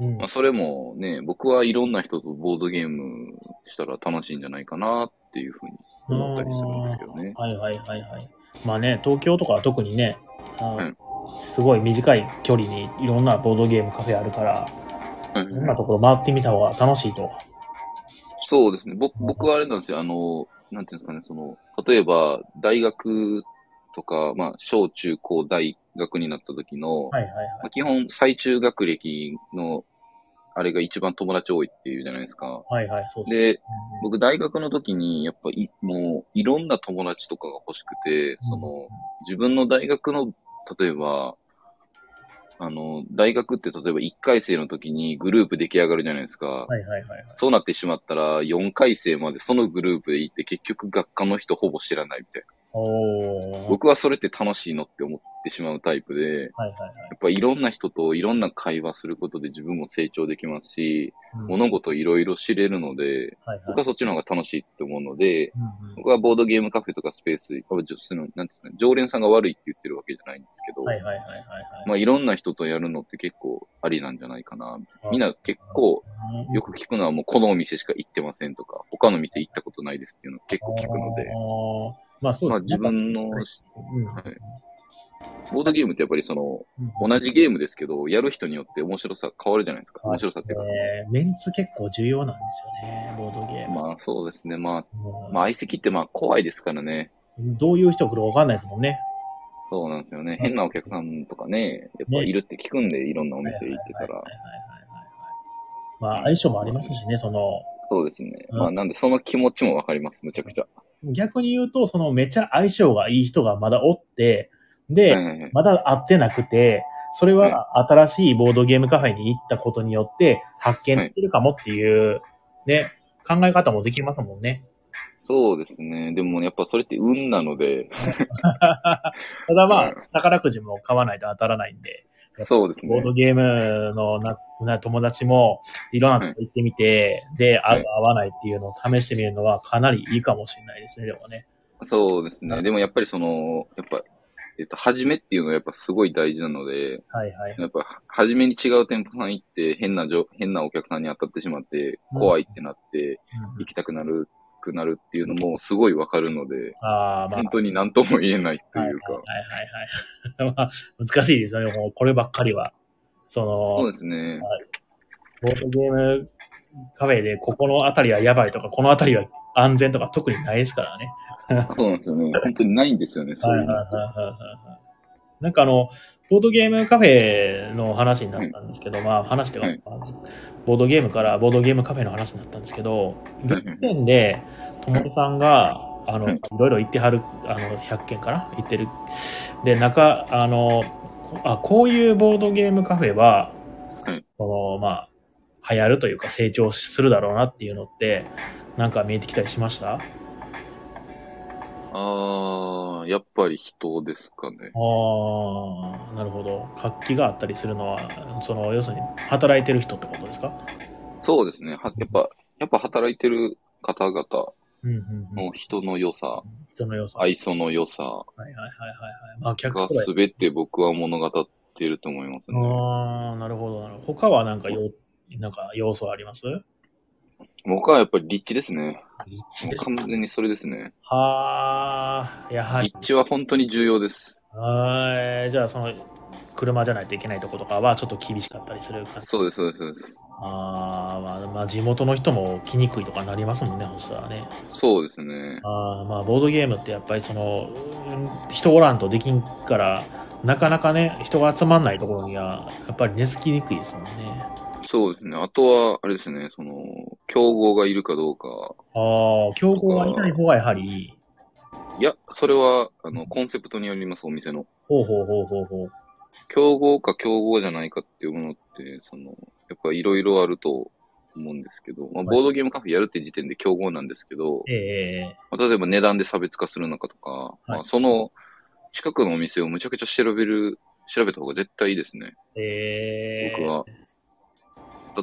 うん
まあ、それもね、僕はいろんな人とボードゲームしたら楽しいんじゃないかなっていうふうに思ったりするんですけどね。
はいはいはいはい。まあね、東京とかは特にね、うん
はい
すごい短い距離にいろんなボードゲームカフェあるから、
はい
いろんなところ回ってみた方が楽しいと。
そうですね。ぼ僕はあれなんですよ。あの、なんていうんですかね、その、例えば大学とか、まあ小中高大学になった時の、
はいはいはい。
まあ、基本、最中学歴の、あれが一番友達多いっていうじゃないですか。
はいはい、そうですね。
で、僕、大学の時に、やっぱい、もう、いろんな友達とかが欲しくて、その、自分の大学の、例えば、あの、大学って例えば1回生の時にグループ出来上がるじゃないですか。
はいはいはいはい。
そうなってしまったら、4回生までそのグループで行って、結局学科の人ほぼ知らないみたいな。
おー。
僕はそれって楽しいのって思ってしまうタイプで、
はいはいはい。
やっぱいろんな人といろんな会話することで自分も成長できますし、
うん
物事いろいろ知れるので、
はいはい
僕はそっちの方が楽しいって思うので、
うんうん
僕はボードゲームカフェとかスペース、あじょそのなんていうんですかね常連さんが悪いって言ってるわけじゃないんですけど、
はいはいはいはいはい。
まあいろんな人とやるのって結構ありなんじゃないかな。
あ
みんな結構
うん
よく聞くのはもうこのお店しか行ってませんとか、他の店行ったことないですっていうの結構聞くの
あ
で、
ーまあそう
まあ
です
自
ね
分の
うん
はいボードゲームってやっぱりその
うん
同じゲームですけど、やる人によって面白さ変わるじゃないですか。面白さっていうか、
えーメンツ結構重要なんですよね、ボードゲーム。
まあそうですね。ま
うん
あ、まあ相席ってまあ怖いですからね。
どういう人来るかわかんないですもんね。
そうなんですよね。変なお客さんとかね、やっぱ
ね
いるって聞くんで、いろんなお店行ってた
はい
ら
はいはいはいはい。まあ相性もありますしね、その、
そうですね。
うん
まあなんでその気持ちもわかります。むちゃくちゃ。
逆に言うと、そのめちゃ相性がいい人がまだおって、で、
はいはいはい
まだ会ってなくて、それは新しいボードゲームカフェに行ったことによって発見できるかもっていう、ね、考え方もできますもんね。
そうですね。でもやっぱそれって運なので、
ただまあ
う、
宝くじも買わないと当たらないんで、
そうです
ボー
ね
ド。ゲームのなな友達もいろんなとこ行ってみて、で、合
は
う
い
合わないっていうのを試してみるのはかなりいいかもしれないですね、でもね。
そうですね。でもやっぱりその、やっぱ、えっと、初めっていうのはやっぱすごい大事なので、
はいはい。
やっぱ、初めに違う店舗さん行って、変なじょ、変なお客さんに当たってしまって、
うん
怖いってなって、
うん
行きたくなる、くなるっていうのもすごいわかるので、
ああ、まあ
本。当に何とも言えないと
はいいう
か、
はいはいはい。まあ、難しいですよね、もうこればっかりは。そ
そう
の、
ですね。
ボードゲームカフェで、ここの辺りはやばいとか、この辺りは安全とか特にないですからね。
そうなんですよね。本当にないんですよね、そう
はい
い
は
う
い
の
は
っ
い
て。
はいはい。なんかあの、ボードゲームカフェの話になったんですけど、まあ話というか、ボードゲームからボードゲームカフェの話になったんですけど、
はい
現時点で、ともりさんが、あの、
はい
いろいろ行ってはる、あの、100件かな行ってる。で、中、あの、こあこういうボードゲームカフェは、
はい
この、まあ、流行るというか成長するだろうなっていうのって、なんか見えてきたりしました
ああ、やっぱり人ですかね。
ああ、なるほど。活気があったりするのは、その、要するに、働いてる人ってことですか
そうですね。はやっぱ、やっぱ働いてる方々
うんうんうん。
の人の良さ、
人の良さ。はい
愛想の良さ
はいはいはいはい。まあ、客
が
とか、
全て僕は物語っっていると思いますね。
ああ、なるほど、なるほど。他はなんかよ、なんか要素あります
僕はやっぱり立地ですね。
立
もう完全にそれですね。
はあ、やはり。
立地は本当に重要です。
はい。じゃあ、その、車じゃないといけないとことかは、ちょっと厳しかったりする感じ。
そうです、そうです、そうです。
ああ、まあ、まあ、地元の人も来にくいとかなりますもんね、そしたらね。
そうですね。
あーまあ、ボードゲームってやっぱりその、うん人おらんとできんから、なかなかね、人が集まんないところには、やっぱり根付きにくいですもんね。
そうですね。あとは、あれですね、その、競合がいるかどうか。
ああ、競合がいない方がやはりいい。
いや、それは、あの、コンセプトによります、お店の。
ほうほうほうほうほう。
競合か競合じゃないかっていうものって、その、やっぱいろいろあると思うんですけど、まあ、ボードゲームカフェやるって時点で競合なんですけど、
ええ
まあ例えば値段で差別化するのかとか、まあ、その近くのお店をむちゃくちゃ調べる、調べた方が絶対いいですね、
ええ
僕は。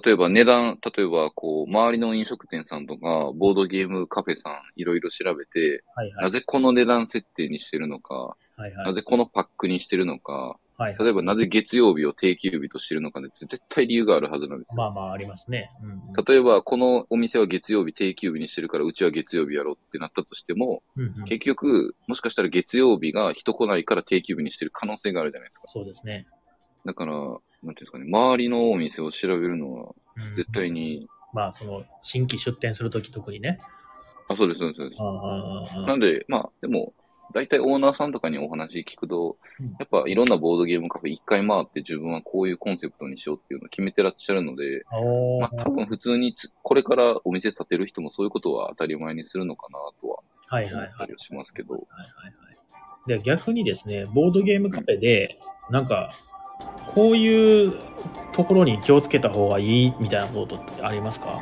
例えば値段、例えばこう、周りの飲食店さんとか、ボードゲームカフェさん、いろいろ調べて、
はいは。
ないぜこの値段設定にしてるのか、
はいは。
ないぜこのパックにしてるのか、
はいはい
例えばなぜ月曜日を定休日としてるのかで絶対理由があるはずなんですよ。
まあまあ、ありますね。うんうん
例えば、このお店は月曜日定休日にしてるから、うちは月曜日やろうってなったとしても、
うんうん
結局、もしかしたら月曜日が人来ないから定休日にしてる可能性があるじゃないですか。
そうですね。
だから、なんていうんですかね、周りのお店を調べるのは、
うん
絶対に、
まあ、その、新規出店するとき特にね。
あ、そうです、そうです、そうです。
あ
なんで、まあ、でも、大体オーナーさんとかにお話聞くと
うん、
やっぱいろんなボードゲームカフェ一回回って自分はこういうコンセプトにしようっていうのを決めてらっしゃるので、
あ。おー
まあ多分普通につこれからお店建てる人もそういうことは当たり前にするのかなとは
はいはい
思
はい。
ったりはしますけど、
はいはいはい。で、逆にですね、ボードゲームカフェで、なんか、こういうところに気をつけた方がいいみたいなことってありますか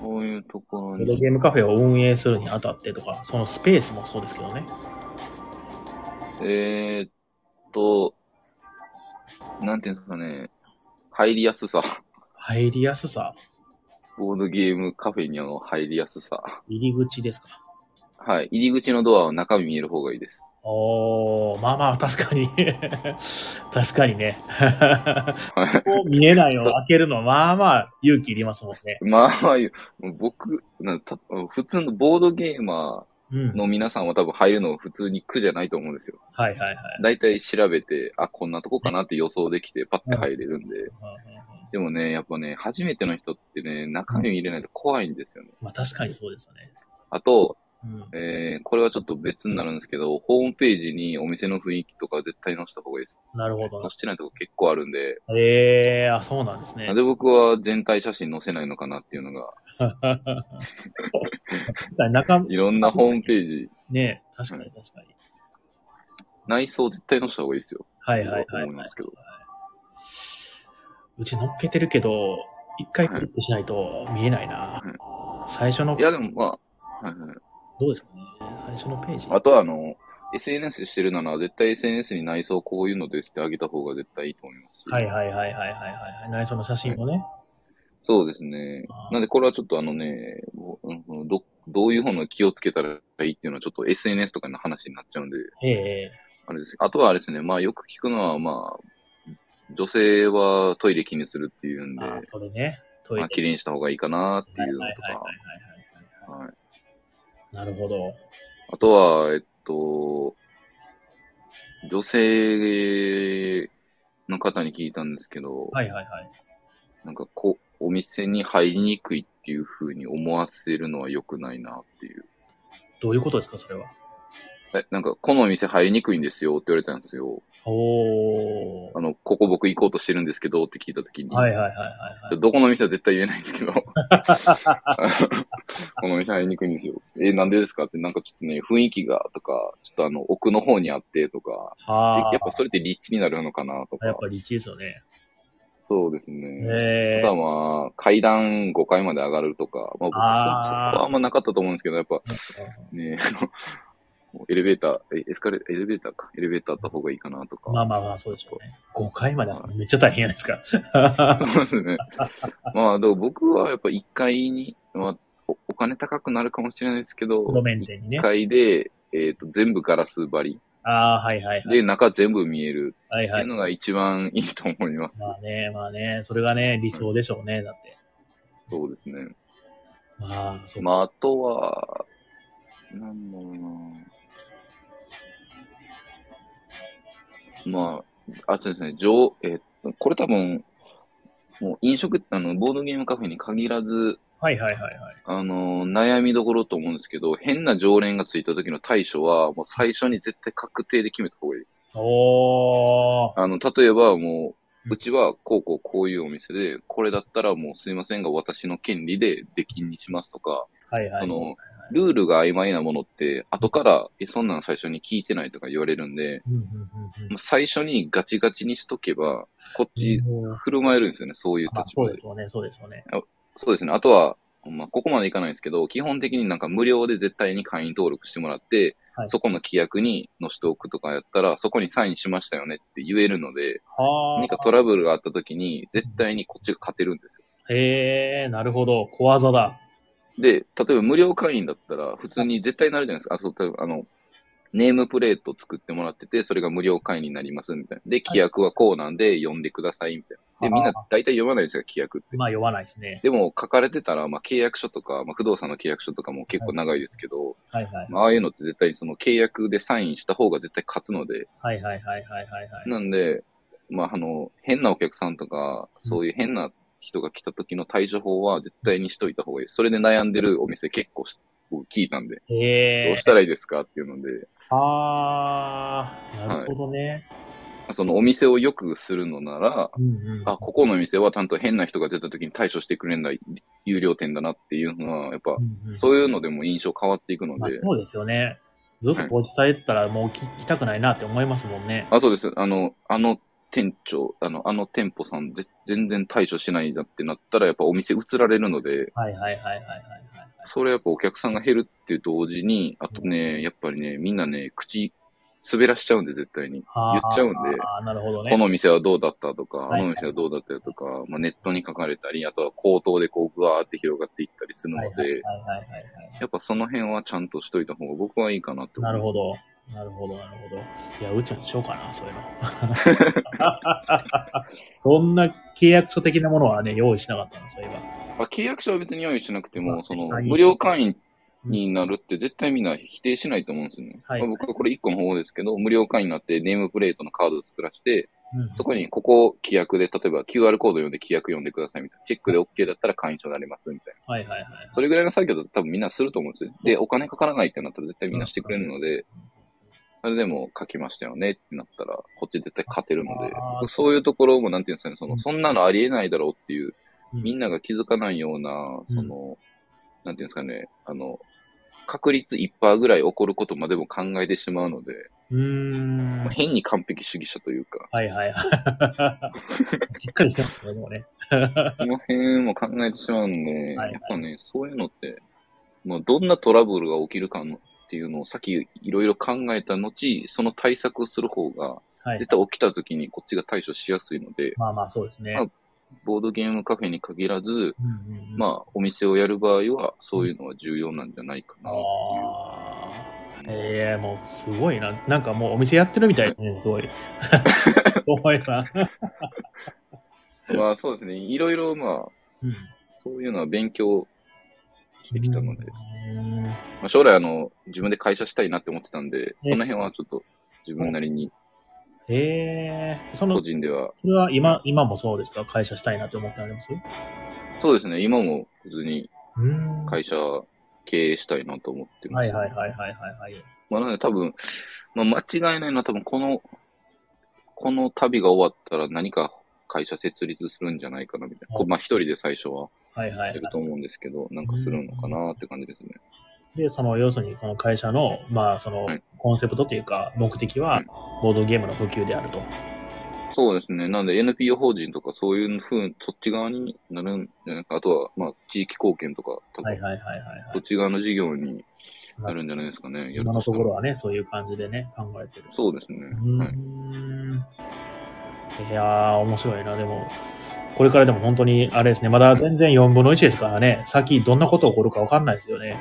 こういうところ
ボード
に、
ゲームカフェを運営するにあたってとか、そのスペースもそうですけどね。
えー、っと、なんていうんですかね、入りやすさ。
入りやすさ、
ボードゲームカフェにの入りやすさ。
入り口ですか。
はい。入り口のドアは中身見える方がいいです。
おー、まあまあ、確かに。 確かにね。
はい。
こう見えないのを開けるの、まあまあ、勇気いりますもんね。
まあまあ言う、僕、なた普通のボードゲーマ
うん
ー。の皆さんは多分入るの普通に苦じゃないと思うんですよ。
はいはいはい。
大体調べて、あ、こんなとこかなって予想できて、パッて入れるんで。
うんうんうん
でもね、やっぱね、初めての人ってね、中身見れないと怖いんですよね。
まあ確かにそうですよね。
あと、
うん
えー、これはちょっと別になるんですけど、ホームページにお店の雰囲気とか絶対載せた方がいいです。
なるほどな
載。せてないとこ結構あるんで、
ええあ、そうなんですね
なん。で僕は全体写真載せないのかなっていうのが、
中、
いろんなホームページ、
ね、確かに確かに。
内装絶対載せた方がいいですよ。
はいはいはい、
思い
は
ま
い
すけど。
うち乗っけてるけど、一回クリックしないと見えないな。最初の
い、や、でもまあ、はいはい、
どうですかね最初のページ。
あとはあの、SNS してるなら絶対 SNS に内装こういうのですってあげた方が絶対いいと思いますし。
はいはいはいはいはいはい。内装の写真をね。
そうですね
あ。ー
なんでこれはちょっとあのね、もううんうんど、どういう方の気をつけたらいいっていうのはちょっと SNS とかの話になっちゃうんで、
ええ
あれです。あとはあれですね、まあよく聞くのはまあ、女性はトイレ気にするっていうんで、
あそれね。トイレ。
まあ綺麗にした方がいいかなっていうのと
はいはいはいはい
か、
はいは
はい
い。なるほど。
あとは、えっと、女性の方に聞いたんですけど、
はいはいはい。
なんかこう、お店に入りにくいっていう風に思わせるのは良くないなっていう。
どういうことですかそれは。
え、なんか、このお店入りにくいんですよって言われたんですよ。
おー
あ。の、ここ僕行こうとしてるんですけどって聞いた時に、
はいはいはいはいはい。
どこの店は絶対言えないんですけど、 このお店入りにくいんですよ。え、なんでですかって、なんかちょっとね、雰囲気がとか、ちょっとあの、奥の方にあってとか、で
は
やっぱそれって立地になるのかなと
あ。
か
やっ。ぱり1ですよね。
そうです
え
ね。あ
え
とはまあ、階段5階まで上がるとか、まあ僕そ、そこ
あー
はあんまなかったと思うんですけど、やっぱね、あのもうエレベーター、えエスカレ、エレベーターか、エレベーターあった方がいいかなとか。
まあまあまあ、そうでしょうね。5回までめっちゃ大変じゃないですか。
そうですね。まあ、でも僕はやっぱ1階に、まあ、おお金高くなるかもしれないですけど、
路面店にね
1。階で、えっ、と、全部ガラス張り。
ああ、はいはいはい。
で、中全部見える
はい
って。
はいいう
のが一番いいと思います。
まあね、まあね、それがね、理想でしょうね、だって。
そうですね。
まあ、そう
まあ、あとは、なんだろうな。まあ、あとですね、上、えーこれ多分、もう飲食、あの、ボードゲームカフェに限らず、
はいはいはいはい。
あの、悩みどころと思うんですけど、変な常連がついた時の対処は、もう最初に絶対確定で決めた方がいいです。
おー。
あの、例えばも
う
う、
ん
うちはこうこうこういうお店で、これだったらもうすいませんが、私の権利で出禁にしますとか、
はいはい。
その、ルールが曖昧なものって、後から、え、そんなん最初に聞いてないとか言われるんで、
うんうんうんうん
もう最初にガチガチにしとけば、こっち
うん
振る舞えるんですよね、そういう
まあ
立
そ
場
うで
で。
しょうね、そうでしょうね。
そうですね。あとは、まあ、ここまでいかないんですけど、基本的になんか無料で絶対に会員登録してもらって、
はい
そこの規約に載せておくとかやったら、そこにサインしましたよねって言えるので、
は
何かトラブルがあった時に、絶対にこっちが勝てるんですよ。
あ。へえ、なるほど。小技だ。
で、例えば無料会員だったら、普通に絶対なるじゃないですか。あ、そう、例えばあの、ネームプレート作ってもらってて、それが無料会員になりますみたいな。で、規約はこうなんで読んでくださいみたいな。で、みんな
あ
大体読まないですよ、規約って
ー。まあ、読まないですね。
でも、書かれてたら、まあ、契約書とか、まあ、不動産の契約書とかも結構長いですけど、
はいはい。
まあ、ああいうのって絶対その契約でサインした方が絶対勝つので、
はいはいはいはいはいはい。
なんで、まあ、あの、変なお客さんとか、そういう変な人が来た時の対処法は絶対にしといた方がいい。それで悩んでるお店結構し聞いたんで、
へ
ど
え
うし。たらいいですかっていうので、
あー、なるほどね。
そのお店を良くするのなら、
うんうん。
あ、ここのお店はちゃんと変な人が出た時に対処してくれない有料店だなっていうのは、やっぱ
う、んうん
そういうのでも印象変わっていくの
まあ
で、
そうですよね。ずっと放置されてたらもう聞きたくないなって思いますもんね。
あ、そうです。あの、あの店長、あの、あの店舗さんぜ全然対処しないなってなったら、やっぱお店移られるので、
はいはいはいはいはいはい。
それやっぱお客さんが減るって同時に、あとね、やっぱりね、みんなね、口滑らしちゃうんで、絶対に。
あー
言っちゃうんで
あーなるほどね。
この店はどうだったとか、
は
あ
い
の店はどうだったよとか、まあ、ネットに書かれたり、あとは口頭でこう、ぐわーって広がっていったりする
はい
の
はいはい
で、
はいはいはい。
やっぱその辺はちゃんとしといた方が僕はいいかなって思
ない
ます。
るほど。なるほど、なるほど。いや、うちもしようかな、そう いうの。そんな契約書的なものはね、用意しなかったの、そういえば。
あ契約書は別に用意しなくて
まあ
も、その、
はい
無料会員になるって絶対みんな否定しないと思うんですよね。
はい
まあ僕はこれ一個の方法ですけど、無料会員になってネームプレートのカードを作らせて、
うん
そこに、ここを規約で、例えば QR コード読んで規約読んでくださいみたいな。チェックで OK だったら会員証になりますみたいな。
はいはいはい。
それぐらいの作業だと多分みんなすると思うんですよ。で、お金かからないってなったら絶対みんなしてくれるので、それでも書きましたよねってなったら、こっち絶対勝てるので
あー、
僕そういうところもなんていうんですかね、そ
うん
の、そんなのありえないだろうっていう、
うん
みんなが気づかないような、
うん
その、なんていうんですかね、あの、確率1%ぐらい起こることまでも考えてしまうので、
うーん。
まあ
は
変に完璧主義者という か、
いはい はい。しっかりしてますね、でもね。
この辺も考えてしまうんで、
はい
やっぱね、そういうのって、まあ、どんなトラブルが起きるかのっていうのをさっきいろいろ考えた後、その対策をする方が、
はい
絶。対起きた時にこっちが対処しやすいので、
まあまあ、そうですね。
まあボードゲームカフェに限らず、
うんうんうん
まあ、お店をやる場合は、そういうのは重要なんじゃないかなっ
ああ。ええもうすごいな。なんかもうお店やってるみたいですね、す ごい。お前さん。
ていう。まあ、そうですね。いろいろ、まあ、
うん。
そういうのは勉強してきたので、
うーん。
まあ、将来、あの、自分で会社したいなって思ってたんで、
え
この辺はちょっと自分なりに、
ええそ
個
の、
人では
それは今、今もそうですか会社したいなって思ってありますう
そうですね、今も普通に
ーん。
会社経営したいなと思ってま
は
す。
いはいはいはいはいはい。
まあ、なので多分、まあ、間違いないな、多分この、この旅が終わったら何か会社設立するんじゃないかな、みたいな。こうまあ一人で最初は
はいは
や
い
る。と思うんですけど、なんかするのかなって感じですね。
で、その、要するにこの会社の、まあ、その
はい、
コンセプトというか、目的は
うん、
ボードゲームの普及であると。
そうですね。なんで NPO 法人とかそういうふうに、そっち側になるんじゃないか。あとは、まあ地域貢献とか、多
はい
分
はいはいはいは
そ
い
っ。ち側の事業になるんじゃないですかね。やる
今の
し
と
たら
ころはね、そういう感じでね、考えてる。
そうですね。
うーん
はい。
いやー、面白いな、でも、これからでも本当に、あれですね、まだ全然4分の1ですからね、先どんなこと起こるか分かんないですよね。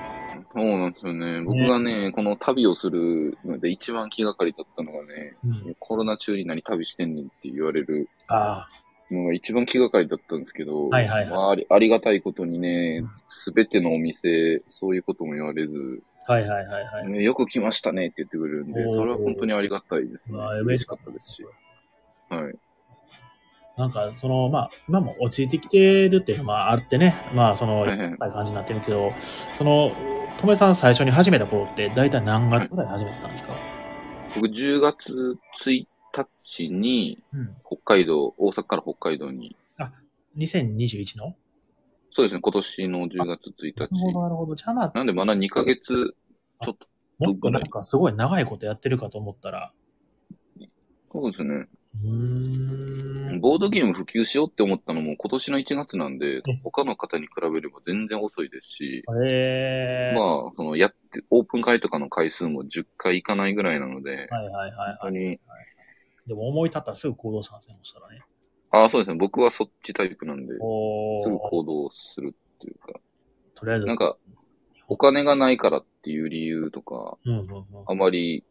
そうなんですよね。僕がね、この旅をするので一番気がかりだったのがね、
うん。
コロナ中に何旅してんねんって言われる
あ
のが一番気がかりだったんですけど、
はいはいはい
まあ、ありありがたいことにね
うん、
すべてのお店、そういうことも言われず、
あ、はいはいはいはい。
ねよく来ましたねって言ってくれるんで
お、ー
それは本当にありがたいですね。
まあ、嬉しかったですし。
はい。
なんか、その、まあ、今も落ちてきてるっていうのもあってね、まあ、その、
はいいはい
っぱい感じになってるけど、その、とめさん最初に始めた頃って、大体何月ぐらい始めてたんですか、
僕10月1日に
うん。
北海道、大阪から北海道に、
2021の
そうですね、今年の10月1
なるほど、
日。
なるほど。じゃあまあ、
なんでまだ2ヶ月、
もっとなんかすごい長いことやってるかと思ったら、
そうですね。
うーん。
ボードゲーム普及しようって思ったのも今年の1月なんで
え、
他の方に比べれば全然遅いですし、
えー。
まあ、そのやって、オープン会とかの回数も10回いかないぐらいなので、
はいはいはいは
本当に、
い。でも思い立ったらすぐ行動参戦をしたらね。
ああ、そうですね、僕はそっちタイプなんで、
お
すぐ
ー
行動するっていうか、
とりあえず。
なんか、お金がないからっていう理由とか、
うんうんうん。
あまり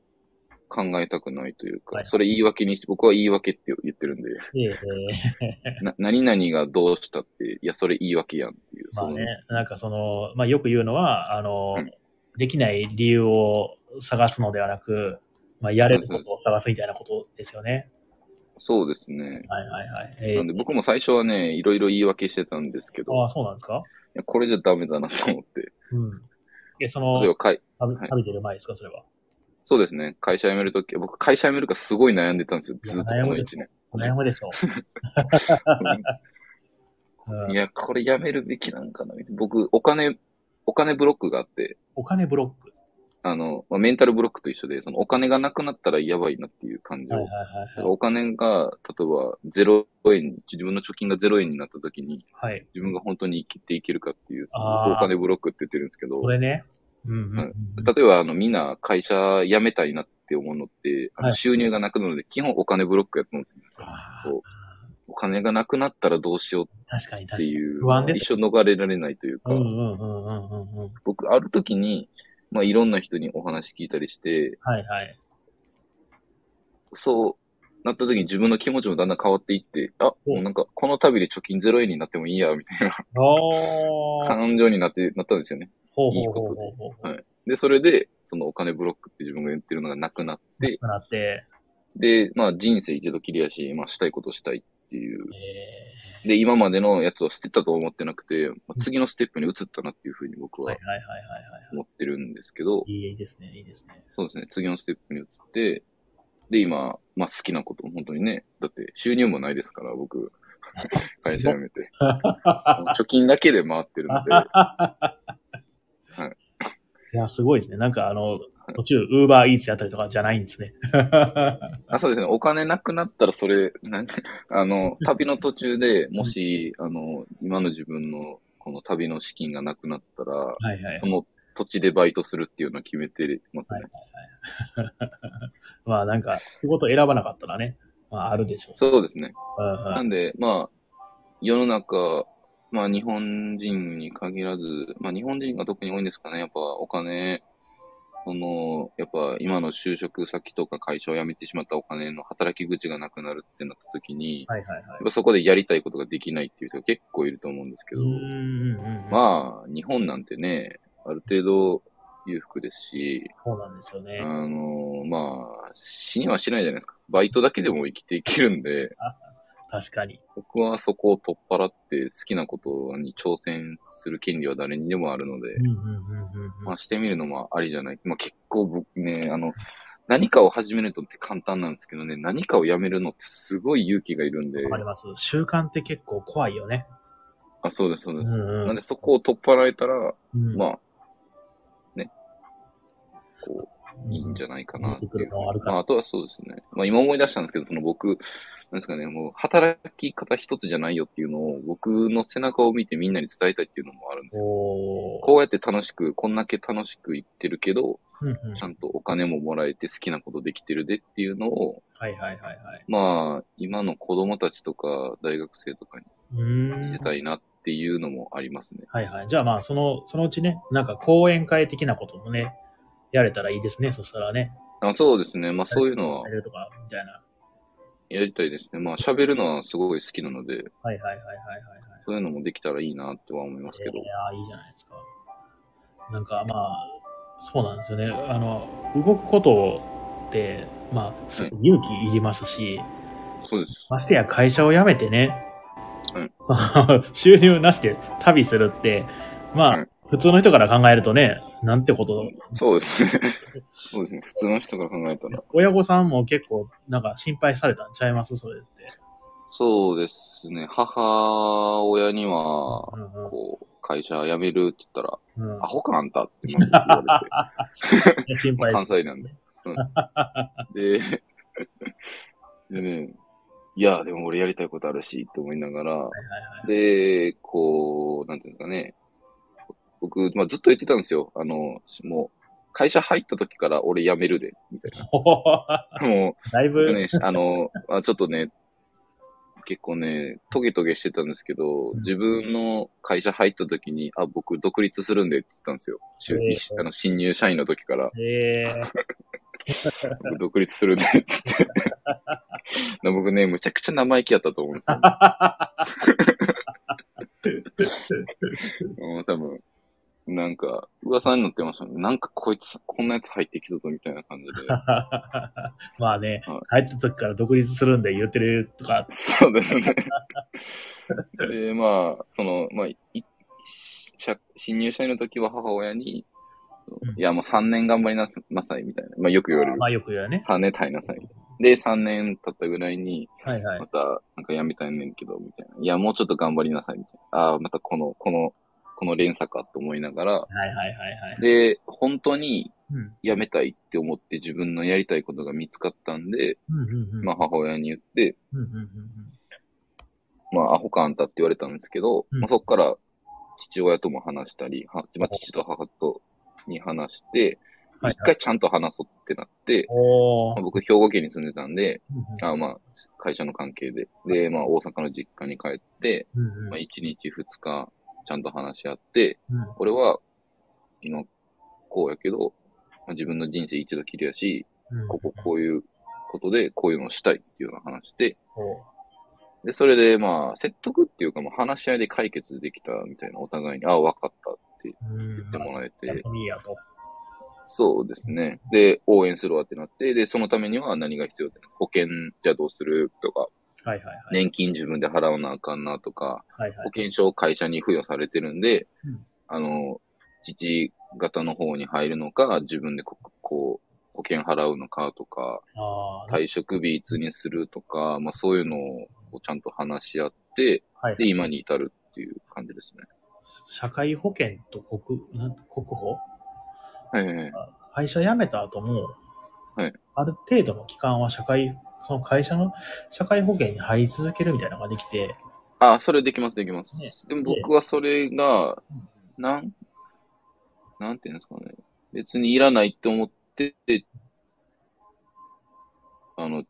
考えたくないという
は
か
い、
それ言い訳にして、僕は言い訳って言ってるんで、
ええ
な何々がどうしたって、いや、それ言い訳やんっていう、
まあ
その
ね、なんかその、まあよく言うのは、あの、
うん
できない理由を探すのではなく、まあやれることを探すみたいなことですよね。
そうですね。
はいはいはい。え
なんで僕も最初はね、いろいろ言い訳してたんですけ
あ
ど、
あ、そうなんですか
いやこれじゃダメだなと思って、
うん。え、そ
例え
の
ば、、会
食
は
べ
い
食べてる前ですか、それは。
そうですね、会社辞めるとき、僕会社辞めるかすごい悩んでたんですよ、
いや
ずっとこの
悩むで
1
し
年。
お悩みでしょ う。 う
い
ん、
や、これ辞めるべきなんかな、みたいな僕、お金、お金ブロックがあって、
お金ブロック。
あの、まあ、メンタルブロックと一緒で、そのお金がなくなったらやばいなっていう感じ
はい
を
はいはいはい。
お金が、例えば、0円、自分の貯金が0円になった時に、
はい。
自分が本当に生きていけるかっていう、そ
あー
のお金ブロックって言ってるんですけど
こ、れね。うんうんう
は
ん
い。例えば、あの、みんな会社辞めたいなって思うのって、あ
は
の
い
収入がなくなるので、基本お金ブロックやと思ってるんですよ。
あ
こお金がなくなったらどうしよう
ー確かに
っ
確
て
かに。
いう、
不安です
一生逃れられないというか
う、んうんうんうんうんうん。
僕、ある時に、まあ、いろんな人にお話聞いたりして、
はいはい。
そうなった時に自分の気持ちもだんだん変わっていって、あ、
お
もうなんか、この旅で貯金0円になってもいいや、みたいな
おー。
感情になって、なったんですよね。
ほう
いい
ほう
こ
ほう
とで
ほうほう。
で、それで、そのお金ブロックって自分が言ってるのがなくなって、
なって、
で、まあ人生一度きりやし、まあしたいことしたいっていう。
え
で、今までのやつを捨てたと思ってなくて、まあ次のステップに移ったなっていうふうに僕
ー、は
はい
はいはいはいは
思ってるんですけど、
い。いいですね、いいですね。
そうですね、次のステップに移って、で、今、まあ好きなこと、本当にね、だって収入もないですから、僕、会社辞めて。貯金だけで回ってるの で、
いや、すごいですね。なんかあの、途中、ウーバーイーツやったりとかじゃないんです ね。
あ、そうですね。お金なくなったら、それ、なんて、あの、旅の途中で、もし、あの、今の自分の、この旅の資金がなくなったら、
はいはい
そ。の土地でバイトするっていうのを決めてます
はい
ね。
まあなんか、仕事選ばなかったらね、まああるでしょう。
そうですね。
うん
な
うん
んで、まあ、世の中、まあ、日本人に限らず、まあ、日本人が特に多いんですかね。やっぱ、お金、その、やっぱ、今の就職先とか会社を辞めてしまったお金の働き口がなくなるってなった時に、
はいはい
や
は
っ
い。
ぱそこでやりたいことができないっていう人が結構いると思うんですけ
う
ど、
んうんうんうん。
まあ、日本なんてね、ある程度裕福ですし、
そうなんですよね
あ。の、まあ、死にはしないじゃないですか。バイトだけでも生きていけるんで、
確かに。
僕はそこを取っ払って好きなことに挑戦する権利は誰にでもあるので
う、んうんうんうんうん。
まあ、してみるのもありじゃない。まあ、結構僕ね、あの、何かを始めるのって簡単なんですけどね、何かをやめるのってすごい勇気がいるんで
わ、かります。習慣って結構怖いよね。
あ、そうです、そう
う
で
ん
す。
う
なん
ん
でそこを取っ払えたら、
うん。
まあ、ね、こ
あ
う、いいんじゃないかなって
出てく
い
る
う。
のはあるか
まあ、
ら。
あとはそうですね。まあ、今思い出したんですけど、その僕、なんですかね、もう、働き方一つじゃないよっていうのを、僕の背中を見てみんなに伝えたいっていうのもあるんですよ。
おー。
こうやって楽しく、こんだけ楽しくいってるけど、
うんうん
ちゃんとお金ももらえて好きなことできてるでっていうのを、
はいはいはいはい。
まあ、今の子供たちとか大学生とかに
うーん
見せたいなってっていうのもありますね。
はいはい。じゃあまあ、その、そのうちね、なんか講演会的なこともね、やれたらいいですね。そしたらね。
あそうですね。まあそういうのは
やれるとか、みたいな。
やりたいですね。まあ喋るのはすごい好きなので、
はいはいはいはいはいはい。
そういうのもできたらいいなとは思いますけど
い。やーいいじゃないですか。なんかまあ、そうなんですよね。あの、動くことって、まあ、すごい勇気いりますし、
そうです。
ましてや会社を辞めてね、
うん
その 収入なしで旅するって、まあ、
うん
普通の人から考えるとね、なんてこと、
そうですね。そうですね。普通の人から考えたら。
親御さんも結構なんか心配されたんちゃいますそれって。
そうですね。母親には、
うんうん
こう、会社辞めるって言ったら、
うん
アホかあんたってまず言われて。
いや心
まあ
配。
関西なんで。 うん、で、 でね、いや、でも俺やりたいことあるし、って思いながら、で、こう、なんていうんですかね、僕、まあ、ずっと言ってたんですよ。あの、もう、会社入った時から俺辞める で、みたいな。もう、
だいぶ、
僕ね、あの、あちょっとね、結構ね、トゲトゲしてたんですけど、
うん
自分の会社入った時に、あ、僕独立するんでって言ったんですよ。しゅ
へえ
あの新入社員の時から。
えー、
僕独立するね って言って。で僕ね、むちゃくちゃ生意気やったと思うんですよ、 うん多分、なんか、噂になってましたね。なんかこいつ、こんなやつ入ってきたぞみたいな感じ で。
まあね、
は
入った時から独立するんで言ってるとか、
そうですね。で、まあ、その、まあ、い社新入社員の時は母親に、
うん
いや、もう3年頑張りなさいみたいな。まあ、よく言われる
ま。あよく言うよね。
3年耐えなさいみたいな。で、3年経ったぐらいに、
はいはい
ま。た、なんかやめたいねんけど、みたいな。いや、もうちょっと頑張りなさい、みたいな。ああー、またこの、この、この連鎖かと思いながら、
はいはいはいはい。
で、本当に
うん
やめたいって思って自分のやりたいことが見つかったんで、
うんうんうん
まあ母親に言って、
うんうんうん
まあアホかあんたって言われたんですけど、
うん
まあそっから父親とも話したり、はまあ、父と母とに話して、
うんはい
一回ちゃんと話そうってなって、
お
まあ
ー。
僕兵庫県に住んでたんで、
うんうん
あーまあ会社の関係で、で、まあ大阪の実家に帰って、
うんうん
まあ、1日2日、ちゃんと話し合って、
うん
これは、今、こうやけど、まあ自分の人生一度きりやし、
うん
こここういうことで、こういうのをしたいっていうような話で、
お
で、それで、まあ、説得っていうか、まあ、話し合いで解決できたみたいな、お互いに、ああ、わかったって
ううん
言ってもらえ、
やっててみいやと。
そうですね。で、応援するわってなって、で、そのためには何が必要って、保険じゃどうするとか、
はいはいはい。
年金自分で払わなあかんなとか、
はいは
保
い。
険証を会社に付与されてるんで、
うん
あの、父方の方に入るのか、自分でここう、保険払うのかとか、
あー
退職日いつにするとか、まあそういうのをちゃんと話し合って、
はい
で、今に至るっていう感じですね。
社会保険と国、なん国保
はいはいはい。
会社辞めた後も、
はい
ある程度の期間は社会、その会社の社会保険に入り続けるみたいなのができて、
あ、それできます、できます。
ね
でも僕はそれが、なん、なんていうんですかね。別にいらないって思って、あの、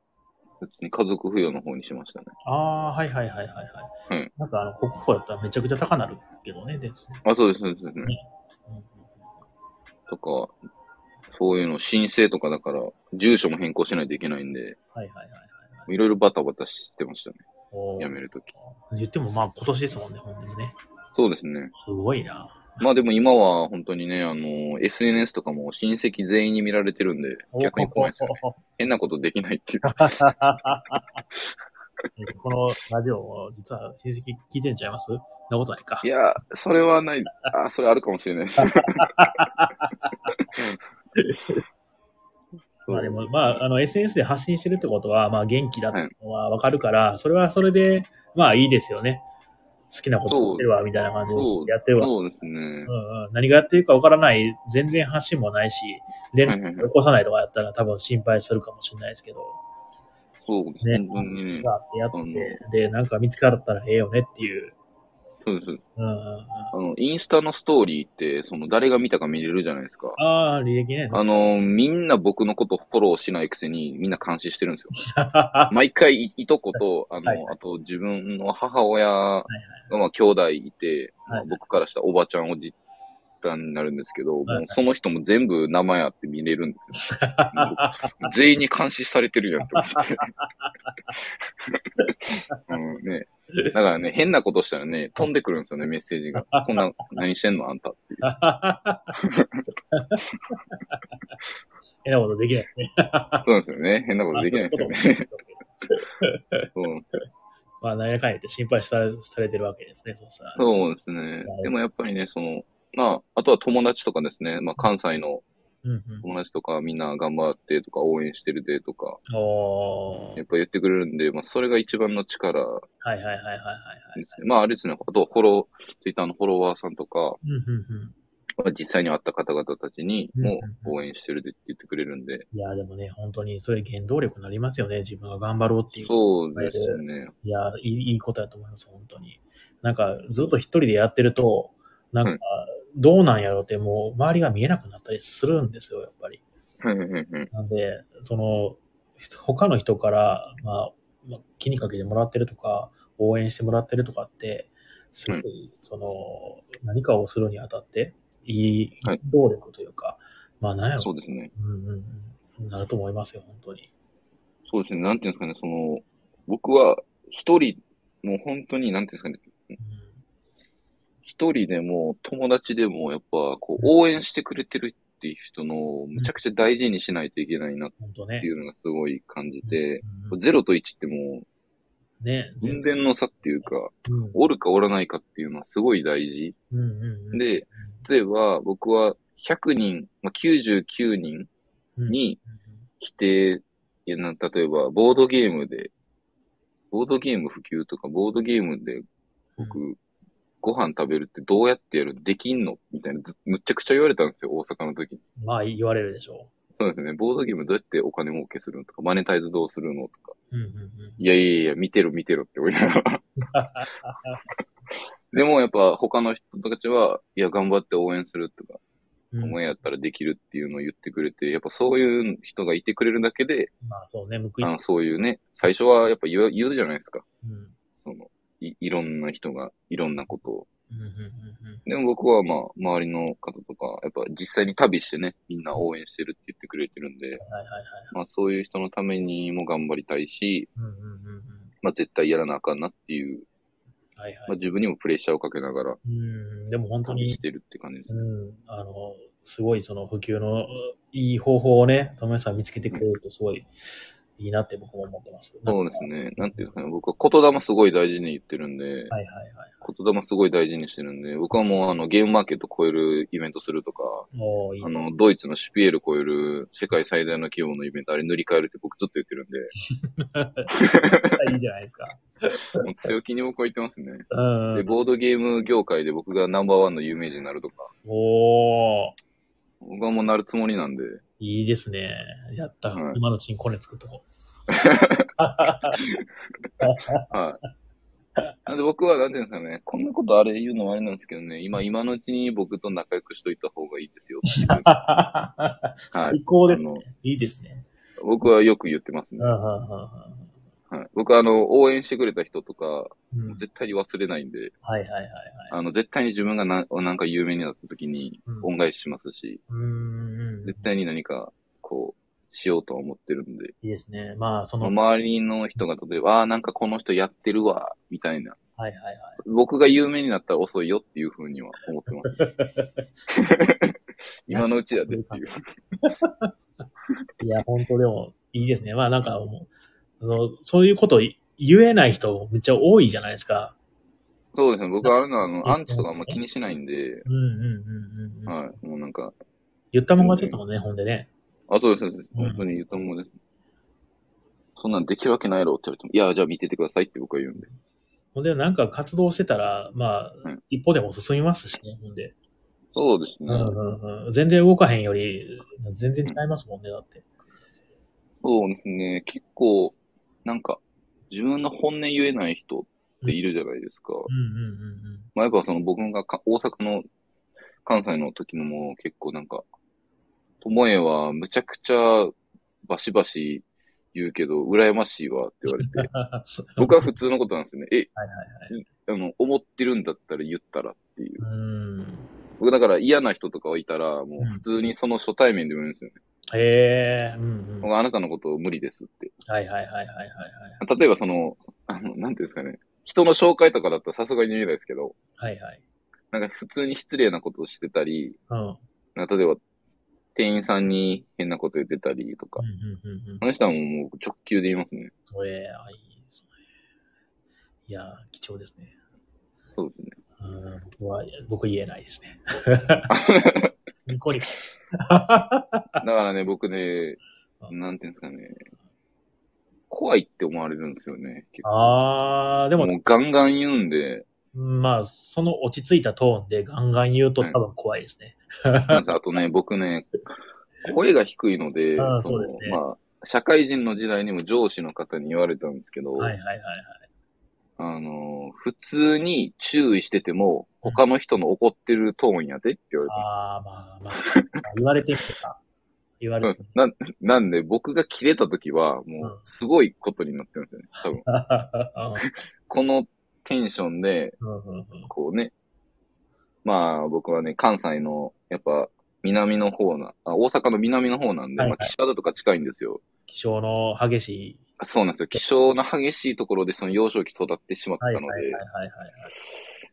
別に家族扶養の方にしましたね。
ああー、はいはいはいはいはい。
うん
なんかあの、国保だったらめちゃくちゃ高なるけどね、ですね。
あ、そうです、そうですそうですね。とか、そういうの申請とかだから、住所も変更しないといけないんで、
はいはいはいはいはい。
いろいろバタバタしてましたね。
おー
辞めるとき。
言ってもまあ今年ですもんね、本当にね。
そうですね。
すごいな。
まあでも今は本当にね、あの、SNS とかも親戚全員に見られてるんで、逆に怖いですよね。変なことできないっていう。
このラジオを実は親戚聞いてんちゃいますそんなことないか
い。や、それはない。あ、それあるかもしれないです。
まあでも、まあ、あの、SNS で発信してるってことは、まあ元気だっていうのはわかるから、それはそれで、まあいいですよね。好きなことやってるわ、みたいな感じ
そう
でやってるわ。
そうですね
う。んうん、何がやってるかわからない、全然発信もないし、連
はいはい
絡
はい
起こさないとかやったら多分心配するかもしれないですけど、
そうです。
ね
本当にね。
があってやって、で、なんか見つかったらええよねっていう
そうです。
うんうんうん。
あの、インスタのストーリーって、その誰が見たか見れるじゃないですか。
ああ、履歴ね。
あの、みんな僕のことフォローしないくせに、みんな監視してるんですよ。毎回い、いとこと、あの、
はいは
あと自分の母親が、まあ、兄弟いて、まあ
はい
僕からしたらおばちゃんおじちゃんになるんですけど、
はい
もうその人も全部名前あって見れるんですよ。 もう全員に監視されてるやんって思って。 うんね、だからね、変なことしたらね、飛んでくるんですよね、メッセージが。こんな、何してんのあんたっていう。
変なことできないね。
そうなんですよね。変なことできないですよね。
ね。
そう
まあ、何やかんやって心配さされてるわけですね、そうしたら。
そうですね。でもやっぱりね、その、まあ、あとは友達とかですね。まあ、関西の
うんうん
友達とかみんな頑張ってとか応援してるでとか、
おー
やっぱ言ってくれるんで、まあ、それが一番の力
はいはいはいはいはいは
で
い。
すね。まあ、あれですね、あとはフォロー、ツイッターのフォロワーさんとか、
うんうんうん
まあ実際に会った方々たちにも応援してるでって言ってくれるんで、
いや、でもね、本当にそれ原動力になりますよね、自分が頑張ろうっていう。
そうですね。
いや、いいいいことだと思います、本当に。なんか、ずっと一人でやってると、なんか、
うん
どうなんやろうって、もう、周りが見えなくなったりするんですよ、やっぱり。
はいはいはいはい
なんで、その、他の人から、まあ、まあ気にかけてもらってるとか、応援してもらってるとかって、すごい、
う
その、何かをするにあたって、いい
はい
動力というか、まあ、なんやろ
そうですね。
う、うんうんうん、なると思いますよ、本当に。
そうですね。なんていうんですかね、その、僕は一人、もう本当に、なんていうんですかね、
うん
一人でも友達でもやっぱこう応援してくれてるっていう人のをむちゃくちゃ大事にしないといけないなっ
本当ね
てい。うのがすごい感じて、
うんうん
ゼロと1っても
ね、
う人間の差っていうか、
うん
おるかおらないかっていうのはすごい大事。
うんうんうん
で、例えば僕は100人、まあ、99人に否定、いやな例えばボードゲームで、ボードゲーム普及とかボードゲームで僕、ご飯食べるってどうやってやるできんのみたいな、ずむっちゃくちゃ言われたんですよ、大阪の時に。
まあ言われるでしょ
そうですね、ボードゲームどうやってお金儲けするのとか、マネタイズどうするのとか。
う。うんうんうん。
いやいやいや、見てろ見てろって思いなが ら。でもやっぱ他の人たちは、いや、頑張って応援するとか、
うん
お前やったらできるっていうのを言ってくれて、やっぱそういう人がいてくれるだけで、
まあそうね、報い。
あのそういうね、最初はやっぱ言う言うじゃないですか。
うんうん
そのい、いろんな人がいろんなことを。
うんうんうん
でも僕はまあ、周りの方とか、やっぱ実際に旅してね、みんな応援してるって言ってくれてるんで、
はいはいはいはい。
まあそういう人のためにも頑張りたいし、
うんうんうんうん。
まあ絶対やらなあかんなっていう、
はいは
まあ
い。
自分にもプレッシャーをかけながら
うん、でも本当
旅
に
し、てるって感じです
う
ね。
ん、あの、すごいその普及のいい方法をね、友達さん見つけてくれるとすごいいいなって僕も思ってます。
そうですね。なんていうんですかね。僕は言霊すごい大事に言ってるんで、
はいはいはい。
言霊すごい大事にしてるんで、僕はもうあのゲームマーケット超えるイベントするとか、
もういい
あ。の、ドイツのシュピエル超える世界最大の規模のイベント、あれ塗り替えるって僕ずっと言ってるんで、
いいじゃないですか。
もう強気に僕は言ってますね。
うんう
で、
ん。
ボードゲーム業界で僕がナンバーワンの有名人になるとか、
おー。
僕はもうなるつもりなんで、
いいですね。やった。
はい
今のうちにコネ作っとこ
はい。なんで僕は、なんていうんですかね、こんなことあれ言うのもあれなんですけどね、今、今のうちに僕と仲良くしといた方がいいですよっていう
う。
は
最
い。
高
あ
です。
の、
いいですね。
僕はよく言ってますね
うん。うんうんうん
はい、僕は、あの、応援してくれた人とか、
うん
絶対に忘れないんで、
はいはいはいはい。
あの、絶対に自分がななんか有名になった時に
うん
恩返ししますし、
うーん。
絶対に何か、こう、しようとは思ってるんで、
いいですね。まあ、そ
まあ
の、はい
周りの人が例えば、ああー、なんかこの人やってるわ、みたいな、
はいはい。
僕が有名になったら遅いよっていうふうには思ってます。 今のうちやでっていう。
いや、本当でも、いいですね。まあなんかもう、あのそういうこと言えない人めっちゃ多いじゃないですか。
そうですね。僕はあれなあの、アンチとかあんま気にしないんで、
うんうんうんうんうん。
はい。もうなんか、
言ったままですもんね、ほんでね。
あ、そうです。そうです本当に言うと思うです。そんなんできるわけないやろって言われても、いや、じゃあ見ててくださいって僕は言うんで。
ほんで、なんか活動してたら、まあ
うん、
一歩でも進みますしね、ほんで。
そうです
う
ね。
んうんうん。全然動かへんより、全然違いますもんね、だって。
そうですね。結構、なんか、自分の本音言えない人っっているじゃないですか。
うんうんうんうん。
まあやっぱその僕がか大阪の関西の時のも結構なんか、ともえはむちゃくちゃバシバシ言うけど、羨ましいわって言わ れて、
は
僕は普通のことなんですよね。え、
いはいはい。
あの、思ってるんだったら言ったらっていう
う。ーん。
僕だから嫌な人とかいたら、もう普通にその初対面でも言うんですよね。
へえ、うんうん。
僕あなたのことを無理ですって。
はいはいはいはいはいはい。
例えばその、あの、なんていうんですかね。人の紹介とかだったらさすがに見えないですけど、
はいはい。
なんか普通に失礼なことをしてたり、
うん。うん
なんか例えば店員さんに変なこと言ってたりとか、
うんうんうん
あ。の人はもうもう直球で言いますね。
ええあ、いいですね。いやー、貴重ですね。
そうですね。
うん僕は、僕言えないです ね。ニコニコ。
だからね、僕ね、なんていうんですかね、怖いって思われるんですよね。結構
あー、でも、
もうガンガン言うんで、
まあ、その落ち着いたトーンでガンガン言うと
うん
多分怖いですね。
なんかあとね、僕ね、声が低いので、
あー
その
そうですね
まあ、社会人の時代にも上司の方に言われたんですけど、
はいはいはいはい。
あのー、普通に注意してても、他の人の怒ってるトーンやでって言われた
あー、まあ まあ、言われてみてか。言わ
ん
れて
です。うんな、なんで僕が切れた時は、もう、すごいことになってるんですよね。多分、このテンションで、
うんうんうんうん
こうね、まあ僕はね、関西の、やっぱ、南の方な、あ大阪の南の方なんで、
はいはい
まあ、岸和田とか近いんですよ。
気象の激しい。
あそうなんですよ。気象の激しいところでその幼少期育ってしまった
はいは
の
い
で、
はいはいはい。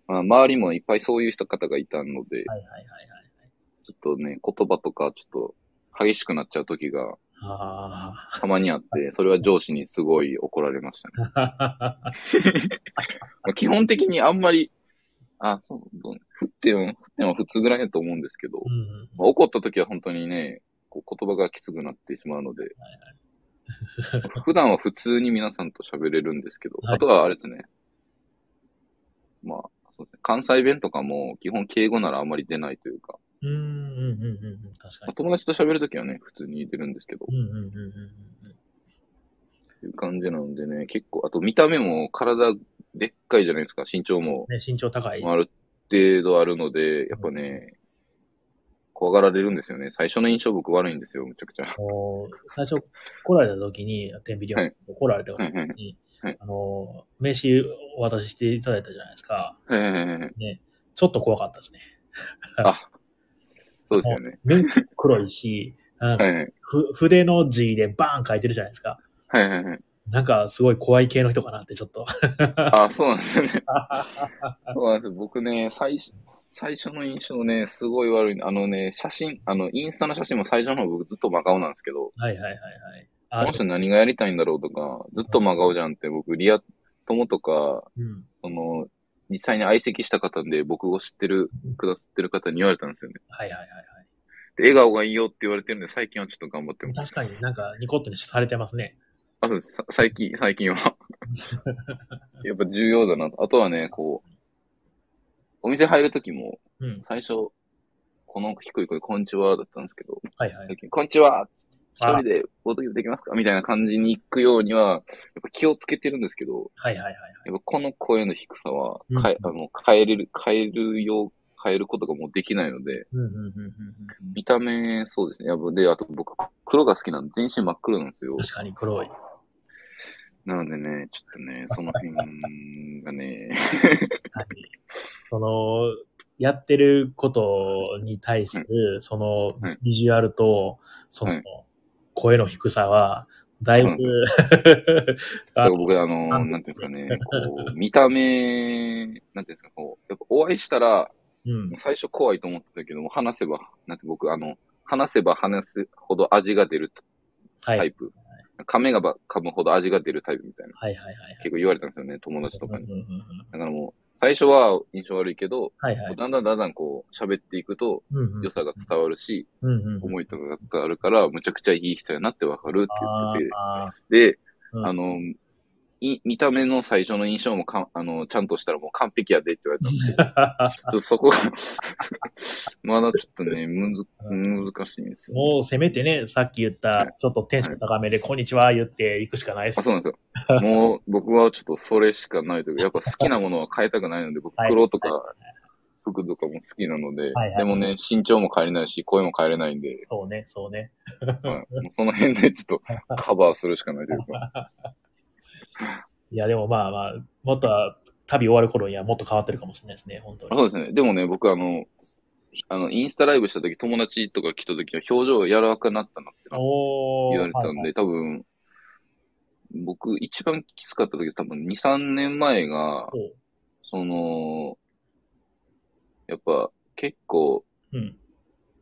まあ、周りもいっぱいそういう人方がいたので、
はいはいはいはい。
ちょっとね、言葉とかちょっと激しくなっちゃう時が
あ
たまにあって、それは上司にすごい怒られましたね。
あ。
まあ基本的にあんまり、あ、そう、どう振っても、振っても普通ぐらいだと思うんですけど、
うん
まあ、怒った時は本当にね、こう言葉がきつくなってしまうので、 普段は普通に皆さんと喋れるんですけど、
はい
あとはあれですね、まあ、そうですね関西弁とかも基本敬語ならあんまり出ないというか、
うんうんうんうんうん。確か
まあ
に。
友達と喋るときはね、普通に出るんですけど、
うんうんうんうん
いう感じなのでね、結構、あと見た目も体でっかいじゃないですか、身長も
うん。ね、身長高い。
ある程度あるので、やっぱね、怖がられるんですよね。最初の印象僕悪いんですよ、むちゃくちゃ。
もう最初来られた時に、テンビリオン、
はい
来られた時
はいはい
に、
はい
あの、名刺お渡ししていただいたじゃないですか。
はいはいはいはい
ちょっと怖かったですね。
あ、そうですよね。
面黒い し、うん
はいはい
ふ筆の字でバーン書いてるじゃないですか。
はいはいはい。
なんかすごい怖い系の人かなってちょっと。
あ、そうなんですよね。そうなんですよ僕ね、最初、最初の印象ね、すごい悪い。あのね、写真、あの、インスタの写真も最初の方僕ずっと真顔なんですけど、
はいはいはいはい。
この人何がやりたいんだろうとか、ずっと真顔じゃんって僕、リア友とか、
うん。
その、実際に相席した方で僕を知ってる、くださってる方に言われたんですよね。
はいはいはいはい。
で笑顔がいいよって言われてるんで、最近はちょっと頑張ってます。
確かになんかニコッとにされてますね。
あ、そうです。さ最近、最 近は。やっぱ重要だなと。あとはね、こう、お店入るときも、
うん。
最初、この低い声、こんにちはだったんですけど、
はいはい。
最近、こんにちは一
あ
人でボードゲームできますかみたいな感じに行くようには、やっぱ気をつけてるんですけど、
はいはいはいはい。
やっぱこの声の低さは
うん、
かえ、あの、変えれる、変えるよう、変えることがもうできないので、
うんうんうんうんうん
見た目、そうですね。やっぱで、あと僕、黒が好きなんで、全身真っ黒なんですよ
うん。。確かに黒い。
なのでね、ちょっとね、その辺がね、
確かにその、やってることに対する、その
い、
ビジュアルと、その
はい、
声の低さは、だいぶ
うん、だ
あ
から僕、あの、
あ
なんていうんですかね、こう、見た目、なんていうんですか、こう、やっぱお会いしたら、
うん。
最初怖いと思ってたけども、話せば、なんて僕、あの、話せば話すほど味が出る
は
タ
い。はい
イプ。噛めば噛むほど味が出るタイプみたいな。
はいはいはい。
結構言われたんですよね、友達とか
う
に
ん。うんうんうん
だからもう、最初は印象悪いけど、
はいはい。
だんだんだんだんこう、喋っていくと、
うんうん
良さが伝わるし、
うんうん
思いとかが伝わるから、むちゃくちゃいい人やなってわかるって言
あ
ってて、
あ
で、
うん
あの、い見た目の最初の印象もかんあのちゃんとしたらもう完璧やでって言われたんですけ
ー。
ど、ちょっとそこが、 まだちょっとね、むず難しいんですよ。
もうせめてね、さっき言った、ちょっとテンション高めで、こんにちは言っていくしかないです
あ、そうなんですよ。もう僕はちょっとそれしかないというか、やっぱ好きなものは変えたくないので、僕
はい
黒とか服とかも好きなので
はいはい、
でもね、身長も変えれないし、声も変えれない んで、
そうね、そうね。
はいもうその辺でちょっとカバーするしかないというか、
いや、でもまあまあ、もっとは旅終わる頃にはもっと変わってるかもしれないですね、本当
あ
に。
そうですね。でもね、僕あの、あの、インスタライブした時、友達とか来た時は表情柔らかくなったなって
おー。
言われたんで、
はいはい
多分、僕一番きつかった時、多分2、3年前が、
そう
その、やっぱ結構、
うん。